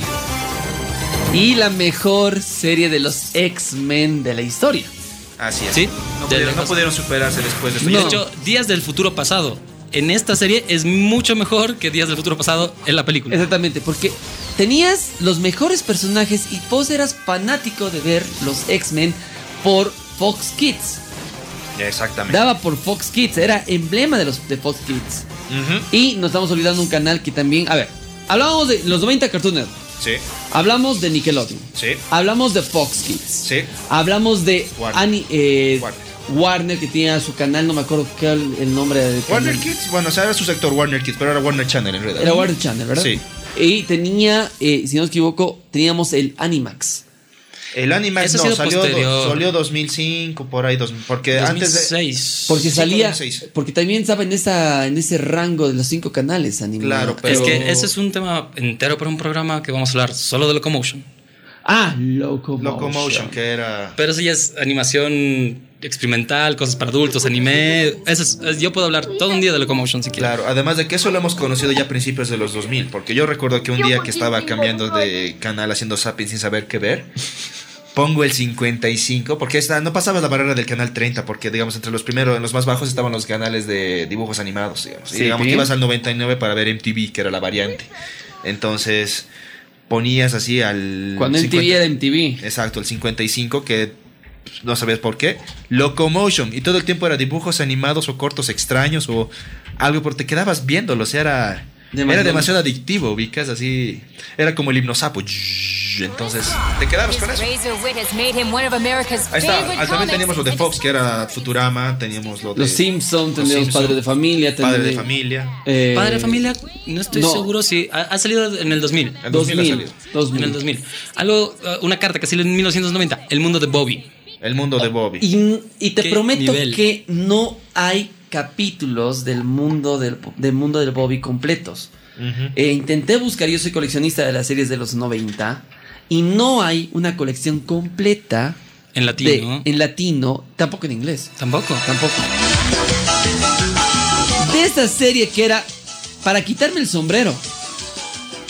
Y la mejor serie de los X-Men de la historia. Así es. Sí, No, de pudieron, lejos. no pudieron superarse después de eso. De No. hecho, Días del Futuro Pasado. En esta serie es mucho mejor que Días del Futuro Pasado en la película. Exactamente, porque tenías los mejores personajes y vos eras fanático de ver los X-Men por Fox Kids. Ya, Exactamente. Daba por Fox Kids, era emblema de los de Fox Kids. Ujú. Y nos estamos olvidando un canal que también, a ver, hablábamos de los 90 Cartoon Network, Sí, hablamos de Nickelodeon, sí, hablamos de Fox Kids, sí. hablamos de Warner. Ani- eh, Warner. Warner. que tenía su canal, no me acuerdo qué era el el nombre del canal. Warner Kids, bueno, o sea, era su sector Warner Kids, pero era Warner Channel en realidad. Era Warner Channel, ¿verdad? Sí. Y tenía, eh, si no me equivoco, teníamos el Animax. El Animax Eso ha no, sido salió, posterior. salió 2005, por ahí, dos- porque antes de... 2006. Porque Sí, salía. 2006. Porque también estaba en, esa, en ese rango de los cinco canales animados. Claro, pero- Es que ese es un tema entero para un programa que vamos a hablar solo de Locomotion. Ah, Locomotion. Locomotion, que era... Pero eso ya es animación experimental, cosas para adultos, anime. Eso es- es- yo puedo hablar todo un día de Locomotion si quieres. Claro, además de que eso lo hemos conocido ya a principios de los 2000, porque yo recuerdo que un día que estaba cambiando de canal haciendo zapping sin saber qué ver, pongo el 55, porque esta, no pasaba la barrera del canal 30, porque digamos entre los primeros, en los más bajos estaban los canales de dibujos animados, digamos. Y Sí, digamos que bien. ibas al 99 para ver MTV, que era la variante. Entonces ponías así al... Cuando MTV 50 era MTV. Exacto, el 55, que pues, no sabías por qué. Locomotion. Y todo el tiempo era dibujos animados o cortos extraños o algo, porque te quedabas viéndolo. O sea, era, Demasiado. era demasiado adictivo, ubicas así. Era como el himno sapo. Entonces, te quedabas con eso. Ahí está. pues, Ah, También teníamos lo de Fox, que era Futurama. Teníamos lo de Los Simpsons, Los teníamos Simpson, Padre de Familia. Padre de teníamos, Familia. eh, Padre de Familia, no estoy no. seguro si ha, ha salido en el 2000. El 2000 ha 2000. salido. 2000. En el 2000. Algo, eh, una carta que salió en 1990, El mundo de Bobby. El mundo de Bobby. Ah, Y, y te ¿Qué prometo nivel? que no hay capítulos del mundo del, del mundo del Bobby completos. Ujú. Eh, intenté buscar, yo soy coleccionista de las series de los 90 y no hay una colección completa En de- latino. en latino, tampoco en inglés, Tampoco. tampoco. De esta serie que era para quitarme el sombrero.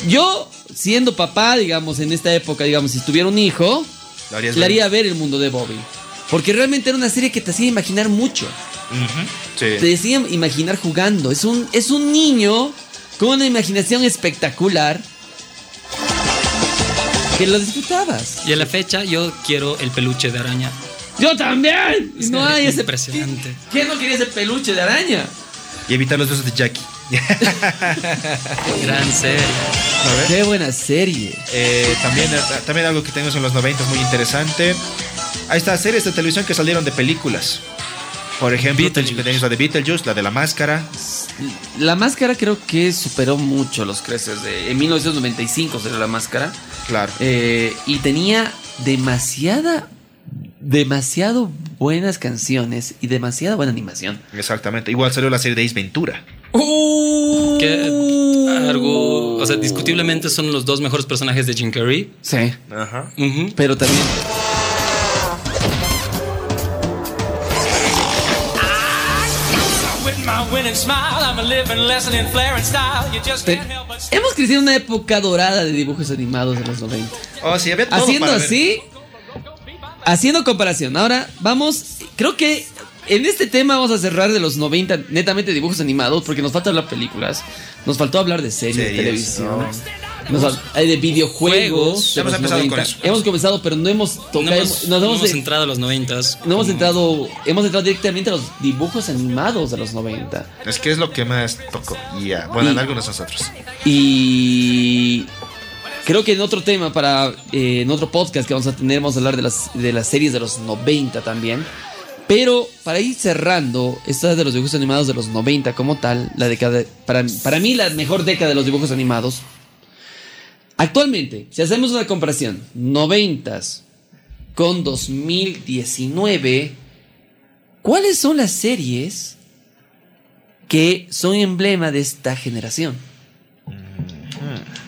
Yo, siendo papá, digamos, en esta época, digamos, si tuviera un hijo, Lo harías le ver. haría ver el mundo de Bobby. Porque realmente era una serie que te hacía imaginar mucho. Ujú. Sí. Te hacía imaginar jugando. Es un, es un niño con una imaginación espectacular que lo disfrutabas. Y a la fecha yo quiero el peluche de araña. ¡Yo también! Es no que hay es ese. impresionante. ¿Quién no quería ese peluche de araña? Y evitar los besos de Jackie. (laughs) Gran serie. A ver. ¡Qué buena serie! Eh, también, también algo que tenemos en los 90 muy interesante. Ahí está, series de televisión que salieron de películas. Por ejemplo, Beetlejuice. tenemos la de Beetlejuice, la de la máscara. La máscara creo que superó mucho los creces. de- en 1995 salió la máscara. Claro. Eh, y tenía demasiada, demasiado buenas canciones y demasiada buena animación. Exactamente. Igual salió la serie de Ace Ventura. Uh. Que ¡Uh! algo, o sea, discutiblemente son los dos mejores personajes de Jim Carrey. Sí, Ajá. Ujú. pero también. te- hemos crecido en una época dorada de dibujos animados de los 90. Oh, sí, había todo Haciendo para ver. así, haciendo comparación. Ahora vamos, creo que en este tema vamos a cerrar de los 90 netamente dibujos animados, porque nos falta hablar películas, nos faltó hablar de series, de Series, televisión. no. Nos fal- hay de videojuegos. de Hemos los empezado con eso. Hemos comenzado, pero no hemos tocado. No hemos, nos no hemos hemos de- entrado a los noventas. no hemos como- entrado, hemos entrado directamente a los dibujos animados de los 90. Es que es lo que más tocó. Y ya. Bueno, Y- en algunos nosotros. Y creo que en otro tema para eh, en otro podcast que vamos a tener vamos a hablar de las de las series de los 90 también. Pero para ir cerrando, esta de los dibujos animados de los 90 como tal, la década de- para, para mí la mejor década de los dibujos animados. Actualmente, si hacemos una comparación, 90s con 2019, ¿cuáles son las series que son emblema de esta generación?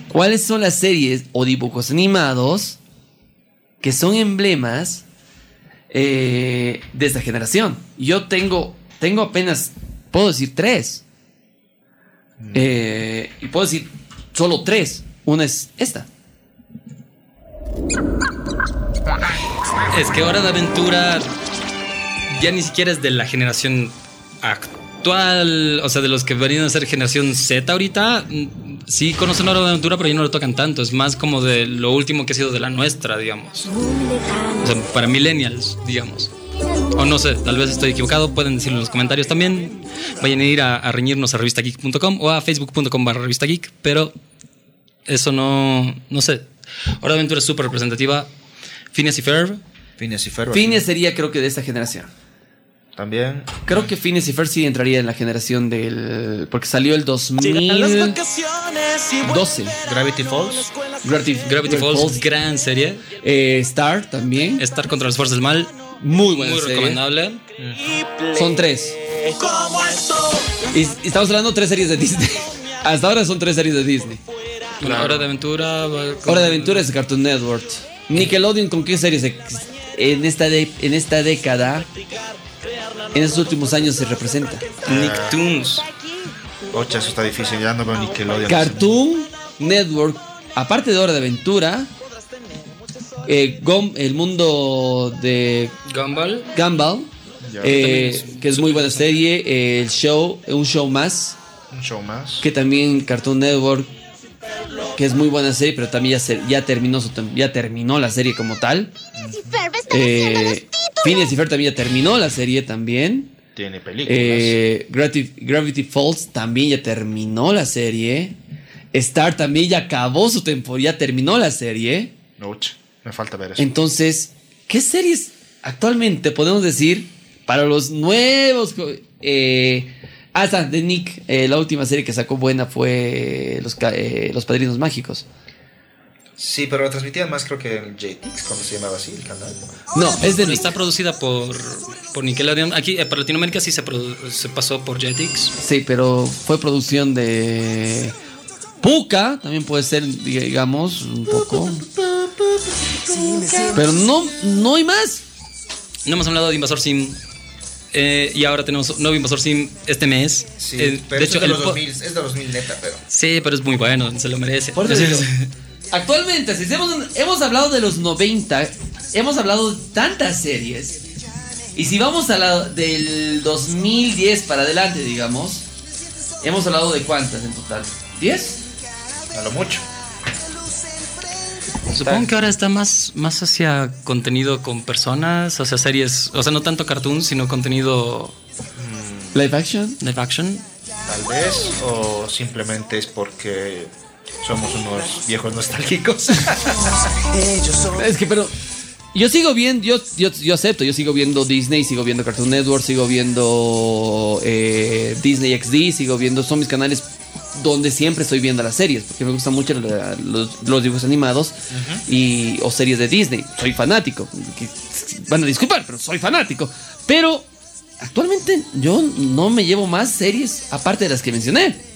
¿Cuáles son las series o dibujos animados que son emblemas eh, de esta generación? Yo tengo, tengo apenas, puedo decir tres. Eh, y puedo decir solo tres. Una es esta. Es que Hora de Aventura ya ni siquiera es de la generación actual, o sea, de los que venían a ser generación Z ahorita. mm, Sí conocen Hora de Aventura, pero ya no lo tocan tanto. Es más como de lo último que ha sido de la nuestra, digamos. O sea, para millennials, digamos. O no sé, tal vez estoy equivocado. Pueden decirlo en los comentarios también. Vayan a ir a, a reñirnos a revistageek.com o a facebook.com barra revistageek, pero eso no, no sé. Hora de Aventura es súper representativa. Phineas y Ferb, Phineas y Ferb. Fines sería creo que de esta generación. También. Creo que Fines y Fer sí entraría en la generación del... Porque salió el 2012. Gravity Falls. Gravity, Gravity Falls, gran serie. Eh, Star también. Estar contra las fuerzas del mal, muy buena muy serie. recomendable. Son tres. Y, y estamos hablando de tres series de Disney. (laughs) Hasta ahora son tres series de Disney. Una Hora de aventura. va con- Hora de Aventura es de Cartoon Network. Nickelodeon, ¿con qué series ex- en esta, de- en esta década, en estos últimos años se representa? Nicktoons. Ocha, Oh, eso está difícil, ya no veo ni que lo odio. Cartoon Network, aparte de Hora de Aventura, eh, Gum- el mundo de Gumball. Gumball, Ya. eh, También es que es muy buena serie, eh, el show, un show más, Un show más. que también Cartoon Network, que es muy buena serie, pero también ya, se- ya, terminó, su tem- ya terminó la serie como tal. Eh, Phineas y Fer también ya terminó la serie también. Tiene películas. Eh, Gravity, Gravity Falls también ya terminó la serie. Star también ya acabó su temporada, ya terminó la serie. No, Ocha, me falta ver eso. Entonces, ¿qué series actualmente podemos decir para los nuevos? co- Eh, hasta de Nick, eh, la última serie que sacó buena fue Los, Ca- eh, Los Padrinos Mágicos. Sí, pero lo transmitían más creo que en el JTX, cuando se llamaba así el canal. No, es de Nick. Está producida por, por Nickelodeon. Aquí, eh, para Latinoamérica, sí se, produ- se pasó por Jetix. Sí, pero fue producción de Puka, también puede ser, digamos, un poco. Pero no, no hay más. No hemos hablado de Invasor Sim. eh, y ahora tenemos un nuevo Invasor Sim este mes. Sí, Eh, pero de hecho, este es de el los po- 2000, es de los 2000 neta, pero. Sí, pero es muy bueno, se lo merece. Por eso Sí, digo, sí. (laughs) actualmente, si hemos, hemos hablado de los 90, hemos hablado de tantas series. Y si vamos a la del 2010 para adelante, digamos, hemos hablado de cuántas en total. ¿10? A lo mucho. Supongo que ahora está más, más hacia contenido con personas, hacia series, o sea, no tanto cartoon, sino contenido Live action. live action. Tal vez, o simplemente es porque somos unos viejos nostálgicos. Es que, pero. Yo sigo viendo, yo, yo, yo acepto, yo sigo viendo Disney, sigo viendo Cartoon Network, sigo viendo eh, Disney XD, sigo viendo, son mis canales donde siempre estoy viendo las series, porque me gustan mucho la- los, los dibujos animados y, o series de Disney. Soy fanático, que- van a disculpar, pero soy fanático. Pero actualmente yo no me llevo más series aparte de las que mencioné. (laughs)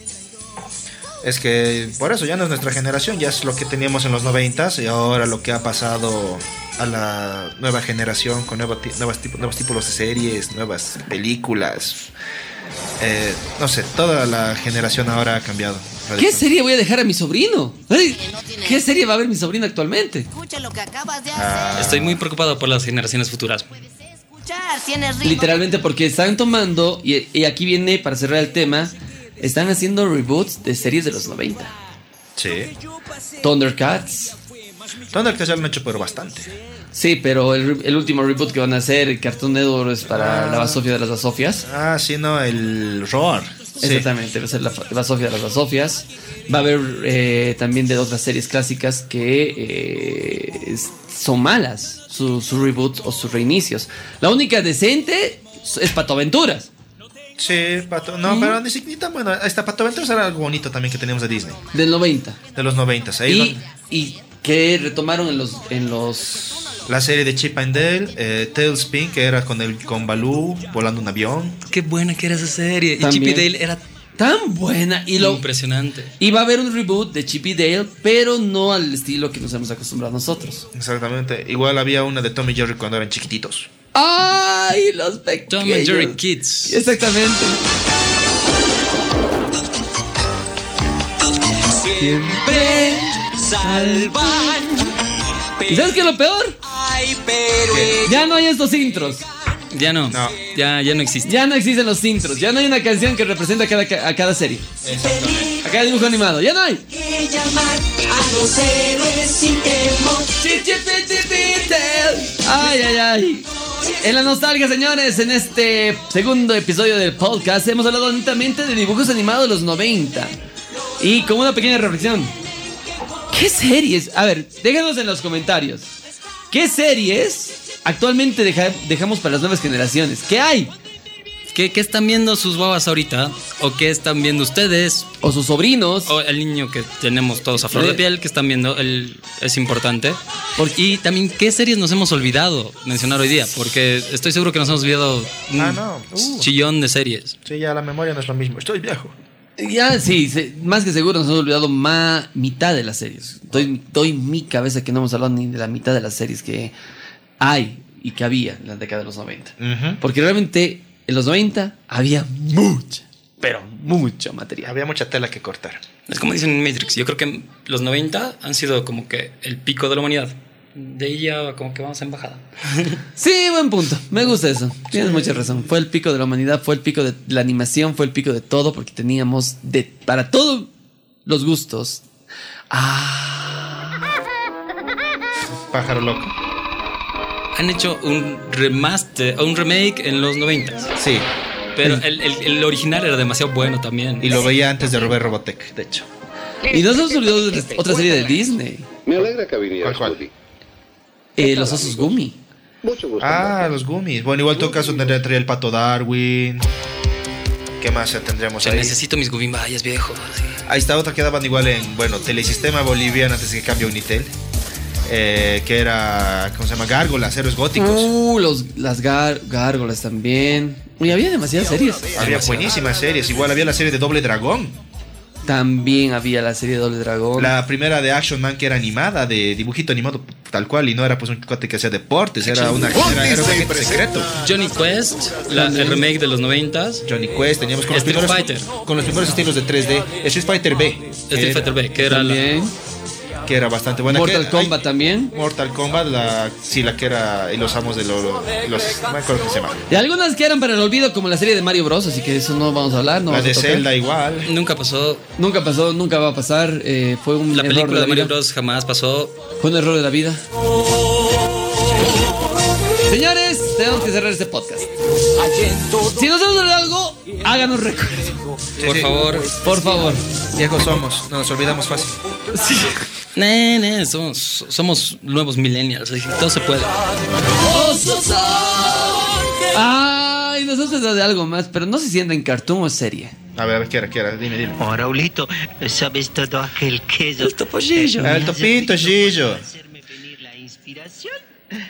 Es que por eso ya no es nuestra generación, ya es lo que teníamos en los 90 y ahora lo que ha pasado a la nueva generación con nueva ti- nuevas tip- nuevos títulos de series, nuevas películas. Eh, no sé, toda la generación ahora ha cambiado. ¿Qué serie voy a dejar a mi sobrino? Ay, ¿Qué serie va a ver mi sobrino actualmente? Escucha lo que acabas de hacer. Estoy muy preocupado por las generaciones futuras. Escuchar, tienes ritmo. Literalmente porque están tomando, y, y aquí viene para cerrar el tema, están haciendo reboots de series de los 90. Sí. Thundercats. Thundercats ya lo han hecho pero bastante. Sí, pero el, re- el último reboot que van a hacer, el Cartoon Network es para la basofia de las basofias. Ah, sí, no, el Roar. Exactamente, va a ser la, la Sofía de las Basofias. Va a haber eh, también de otras series clásicas que eh, es- son malas, sus su reboots o sus reinicios. La única decente es Pato Aventuras. Sí, Pato. No, pero ni siquiera tan bueno. Hasta Pato Venturas era algo bonito también que teníamos de Disney. Del 90. De los 90. Ahí es Y, donde- y que retomaron en los, en los La serie de Chip and Dale, eh, Tailspin, que era con el con Baloo volando un avión. Qué buena que era esa serie. También. Y Chip y Dale era tan buena y lo impresionante. y va a haber un reboot de Chip y Dale, pero no al estilo que nos hemos acostumbrado nosotros. Exactamente. Igual había una de Tommy Jerry cuando eran chiquititos. Ay, los pequeños. Tom and Jerry Kids. Exactamente. Siempre Salvan. ¿Y sabes qué es lo peor? Ay, pero Ya no hay estos intros. Ya no, No. Ya, ya no existe. Ya no existen los intros. Ya no hay una canción que represente a cada, a cada serie. A cada dibujo animado. Ya no hay. que llamar a los héroes sin temor. Ay, ay, ay. En la nostalgia, señores, en este segundo episodio del podcast hemos hablado netamente de dibujos animados de los 90. Y con una pequeña reflexión. ¿Qué series? A ver, déjanos en los comentarios. ¿Qué series actualmente deja- dejamos para las nuevas generaciones? ¿Qué hay? ¿Qué, qué están viendo sus guaguas ahorita? ¿O qué están viendo ustedes? O sus sobrinos. O el niño que tenemos todos a flor de piel, que están viendo, el, es importante. y también, ¿qué series nos hemos olvidado mencionar hoy día? Porque estoy seguro que nos hemos olvidado un Ah, no. Uh. chillón de series. Sí, ya la memoria no es lo mismo. Estoy viejo. Ya, sí, se- más que seguro nos hemos olvidado ma- mitad de las series. Doy, doy mi cabeza que no hemos hablado ni de la mitad de las series que hay y que había en la década de los 90. Porque realmente en los 90 había mucha, pero mucho material. Había mucha tela que cortar. Es como dicen en Matrix. Yo creo que los 90 han sido como que el pico de la humanidad. De ahí ya como que vamos a embajada. Sí, buen punto. Me gusta eso. Tienes mucha razón. Fue el pico de la humanidad, fue el pico de la animación, fue el pico de todo, porque teníamos de para todos los gustos. Ah, Pájaro loco. Han hecho un remaster o un remake en los 90. Sí. Pero el, el- el original era demasiado bueno también. Y lo veía antes de Robert Robotech, de hecho. y nos hemos olvidado de otra serie de Disney. Me alegra que vinieras, ¿Cuál, cuál? Woody. Eh, los osos Gumi. Mucho gusto. Ah, los gummies. Bueno, igual en todo caso tendría tendría el pato Darwin. ¿Qué más tendríamos Che, ahí? necesito mis gubimbayas, viejo. Sí. Ahí está otra que daban igual en, bueno, Telesistema Boliviano antes de que cambie a Unitel. eh, que era, ¿cómo se llama? Gárgolas, héroes góticos. Uh, los, las gar- gárgolas también. Uy, había demasiadas series. había buenísimas series. Igual había la serie de Doble Dragón. También había la serie de Doble Dragón. La primera de Action Man que era animada, de dibujito animado tal cual. Y no era pues un cuate que hacía deportes, era una era, era un agente secreto. Johnny Quest, la- el remake de los 90 Johnny Quest, teníamos con los, Street primeros, Fighter. con los primeros estilos de 3D. Street Fighter B. Street Fighter B, que era la, también. Que era bastante buena. que- Mortal ay, Kombat también. Mortal Kombat, la, sí, la que era. Y los amos de los. los no me acuerdo cómo se llama. Y algunas que eran para el olvido, como la serie de Mario Bros. Así que eso no vamos a hablar. No la vamos a de tocar. Zelda, igual. nunca pasó. Nunca pasó, nunca va a pasar. eh, fue un La error película de vida. Mario Bros jamás pasó. Fue un error de la vida. Señores, tenemos que cerrar este podcast. Si nos hemos olvidado algo, háganos recuerdo. Por favor. Por favor. Viejos somos, no nos olvidamos fácil. Nene, somos, somos nuevos millennials. dije, Todo se puede. Ay, nos hemos pensado de algo más, pero no sé si entra en cartoon o serie. A ver, ¿qué era? ¿Qué era? Dime, dime. Oh, Raulito, sabes todo aquel queso. El topollillo. El topito, Gillo.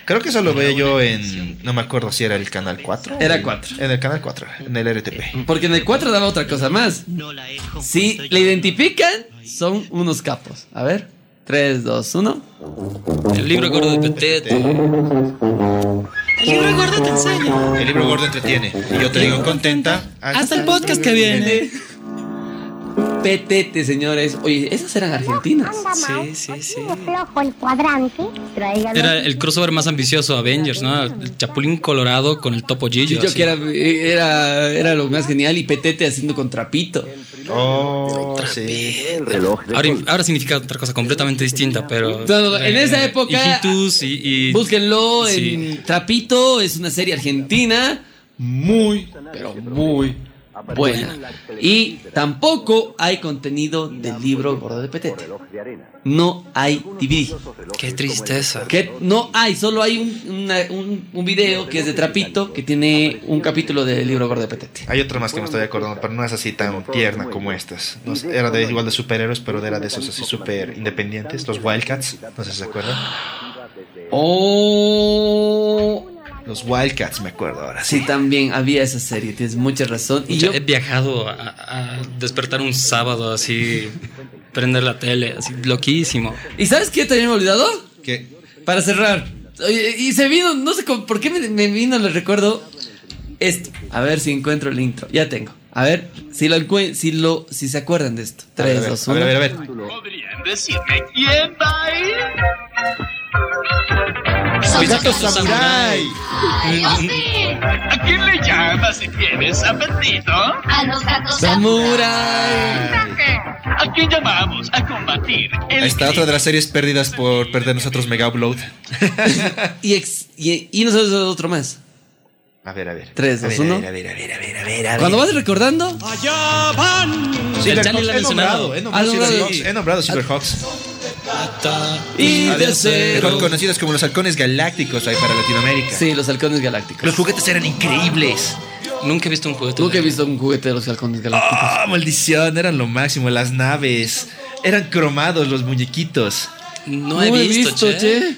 Creo que eso lo veía yo en. No me acuerdo si era el canal 4. Era 4. En el canal 4, en el RTP. Porque en el 4 daba otra cosa más. Si le identifican, son unos capos. A ver. 3, 2, 1. El libro gordo de Este, Petet. El libro gordo entretiene. Y yo te digo contenta. Hasta el podcast que viene. Petete, señores. Oye, esas eran argentinas. Sí, sí, sí. Flojo el cuadrante. Tráigalo. Era el crossover más ambicioso, Avengers, ¿no? El Chapulín Colorado con el Topo Gillo. Yo así. que era, era, era lo más genial y Petete haciendo con trapito. Oh, sí. El reloj de Ahora, ahora significa otra cosa completamente distinta, pero. No, no, no, en esa época- Hijitus y. y- Búsquenlo sí. en Trapito, es una serie argentina muy, pero muy buena. Y tampoco hay contenido del libro Gordo de Petete. No hay DVD. Qué tristeza. Que no hay, solo hay un, una- un- un video que es de Trapito que tiene un capítulo del libro Gordo de Petete. Hay otra más que me estoy acordando, pero no es así tan tierna como estas. No sé, era de, igual de superhéroes, pero era de esos así super independientes, los Wildcats. No sé si se acuerdan. Oh, Los Wildcats, me acuerdo ahora. sí, también había esa serie, tienes mucha razón. Y Pucha, yo, He viajado a, a despertar un sábado así, prender la tele, así, loquísimo. ¿Y sabes qué también me he olvidado? ¿Qué? Para cerrar. Oye, y se vino, no sé cómo- por qué me, me vino, les recuerdo esto. A ver si encuentro el intro. Ya tengo. A ver si lo encue- si lo si se acuerdan de esto. A ver, 3, 2, a 1. ver, a ver, a ver, a ver. ¿Podrían decirme quién va a ir? ¡Gato Samurai! ¿A quién le llamas si tienes apetito? A los gatos Samurai. ¿A quién llamamos a combatir el Ahí está otra crimen? de las series perdidas por perder nosotros Mega Upload. Y, ex- y, y nosotros otro más. A ver, a ver. Tres, A dos, ver, uno. A ver, a ver, a ver, a ver, a ver, a ver. Cuando vas recordando, El Silver Charlie Hawks, lo ha he nombrado, mencionado. he Ah, nombrado Silver sí. Hawks, he nombrado Silverhawks. y de Mejor cero. conocidos como los halcones galácticos ahí para Latinoamérica. Sí, los halcones galácticos. Los juguetes eran increíbles. Nunca he visto un juguete. Nunca he de- visto un juguete de los halcones galácticos. ¡Ah, (laughs) maldición! Eran lo máximo, las naves. Eran cromados los muñequitos. No he visto, che.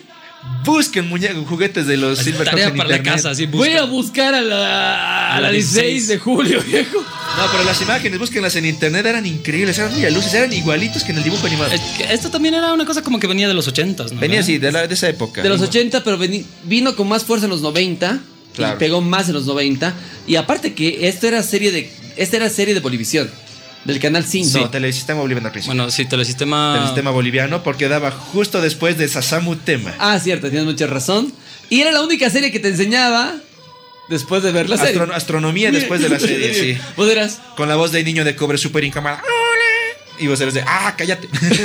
Busquen muñecos, juguetes de los Silverhawks Tarea en para la internet. casa, así Voy a busca. buscar a la, a A la la 16 de julio, viejo. No, pero las imágenes, búsquenlas en internet, eran increíbles, eran muy luces, eran igualitos que en el dibujo animado. Es que Esto también era una cosa como que venía de los ochentas, ¿no? Venía así, de, la- de esa época. De los 80, pero veni- vino con más fuerza en los 90. Y Claro. pegó más en los 90. Y aparte que esto era serie de. Esta era serie de Bolivisión. Del canal 5. No, Telesistema Boliviano al principio. Bueno, sí, telesistema. ah. Telesistema Boliviano, porque daba justo después de Sasamu Tema. Ah, cierto, tienes mucha razón. Y era la única serie que te enseñaba después de ver la serie. Astro- astronomía después de la (laughs) serie, sí. Vos eras. Con la voz de niño de cobre super incamada. Y vos eres de, ah, cállate. (laughs)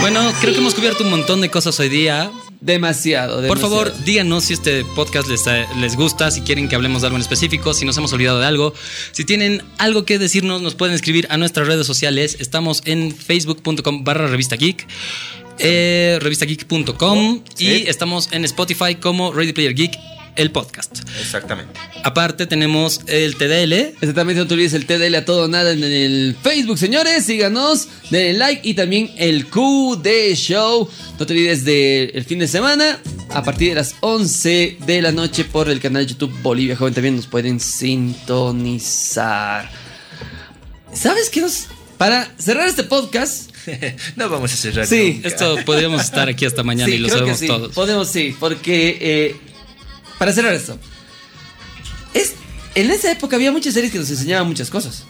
Bueno, creo que hemos cubierto un montón de cosas hoy día. Demasiado, Por demasiado. favor, díganos si este podcast les, eh, les gusta, si quieren que hablemos de algo en específico, si nos hemos olvidado de algo. Si tienen algo que decirnos, nos pueden escribir a nuestras redes sociales. Estamos en facebook.com barra revista geek. eh, revistageek.com Oh, y Sí. estamos en Spotify como Ready Player Geek, el podcast. Exactamente. Aparte tenemos el TDL, Exactamente, Este no te olvides el TDL a todo o nada en el Facebook, señores. Síganos, denle like y también el QD Show. No te olvides del fin de semana a partir de las 11 de la noche por el canal YouTube Bolivia Joven. También nos pueden sintonizar. ¿Sabes qué nos.? Para cerrar este podcast, No vamos a cerrar. Sí, (laughs) nunca. esto podríamos estar aquí hasta mañana sí, y lo creo que sabemos sí, todos. Podemos, sí, porque. eh, para cerrar esto, es, en esa época había muchas series que nos enseñaban muchas cosas.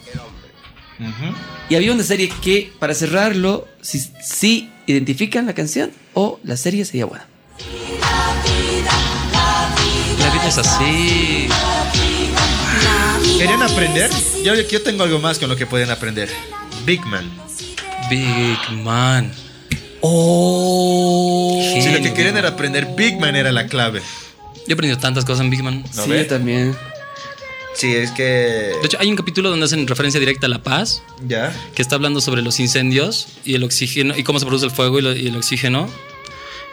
Ujú. Y había una serie que, para cerrarlo, si, si identifican la canción o la serie sería buena. La vida es así. ¿Querían aprender? Yo, yo tengo algo más con lo que pueden aprender. Big Man. Big Man. Oh, Si lo que Genio. querían era aprender Big Man era la clave. Yo he aprendido tantas cosas en Big Man. ¿No sí, ve? también. Sí, es que. De hecho, hay un capítulo donde hacen referencia directa a La Paz, Ya. que está hablando sobre los incendios y el oxígeno, y cómo se produce el fuego y, lo- y el oxígeno.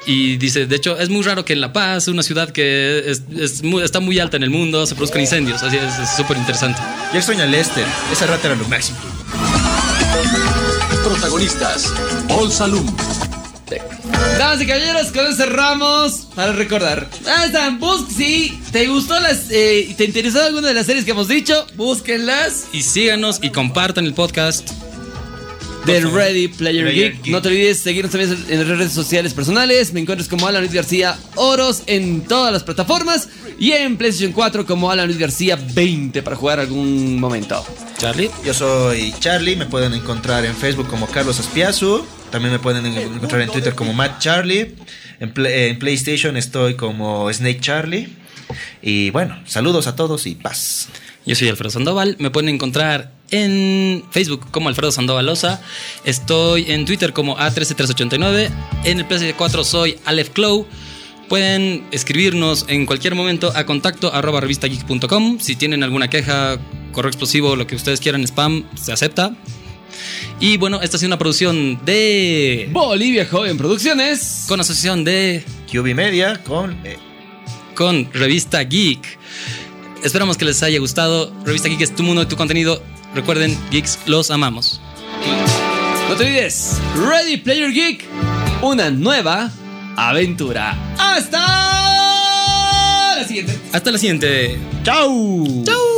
Y dice, de hecho, es muy raro que en La Paz, una ciudad que es- es muy- está muy alta en el mundo, se produzcan incendios. Así es, es súper interesante. Yo extraño a Lester. Esa rata era lo máximo. Protagonistas: Paul Salum, Damas y caballeros, con eso cerramos para recordar. Ah, están, bus- si te gustó las, eh, y te interesó alguna de las series que hemos dicho, búsquenlas. Y síganos y compartan el podcast. de Ready Player, Player Geek. Geek. No te olvides seguirnos también en las redes sociales personales. Me encuentras como Alan Luis García Oros en todas las plataformas y en PlayStation 4 como Alan Luis García 20 para jugar algún momento. Charlie. Yo soy Charlie. Me pueden encontrar en Facebook como Carlos Aspiazu. También me pueden encontrar en Twitter como Matt Charlie. En, Pla- en PlayStation estoy como Snake Charlie. Y bueno, saludos a todos y paz. Yo soy Alfredo Sandoval. Me pueden encontrar en Facebook como Alfredo Sandovalosa. Estoy en Twitter como A13389. En el PS4 soy Aleph Clow. Pueden escribirnos en cualquier momento a contacto arroba revistageek.com. Si tienen alguna queja, correo explosivo, lo que ustedes quieran, spam, se acepta. Y bueno, esta ha sido una producción de Bolivia Joven Producciones con asociación de QB Media con eh, con Revista Geek. Esperamos que les haya gustado. Revista Geek es tu mundo y tu contenido. Recuerden, geeks, los amamos. No te olvides, Ready Player Geek, una nueva aventura. ¡Hasta la siguiente! Hasta la siguiente. ¡Chao! ¡Chao!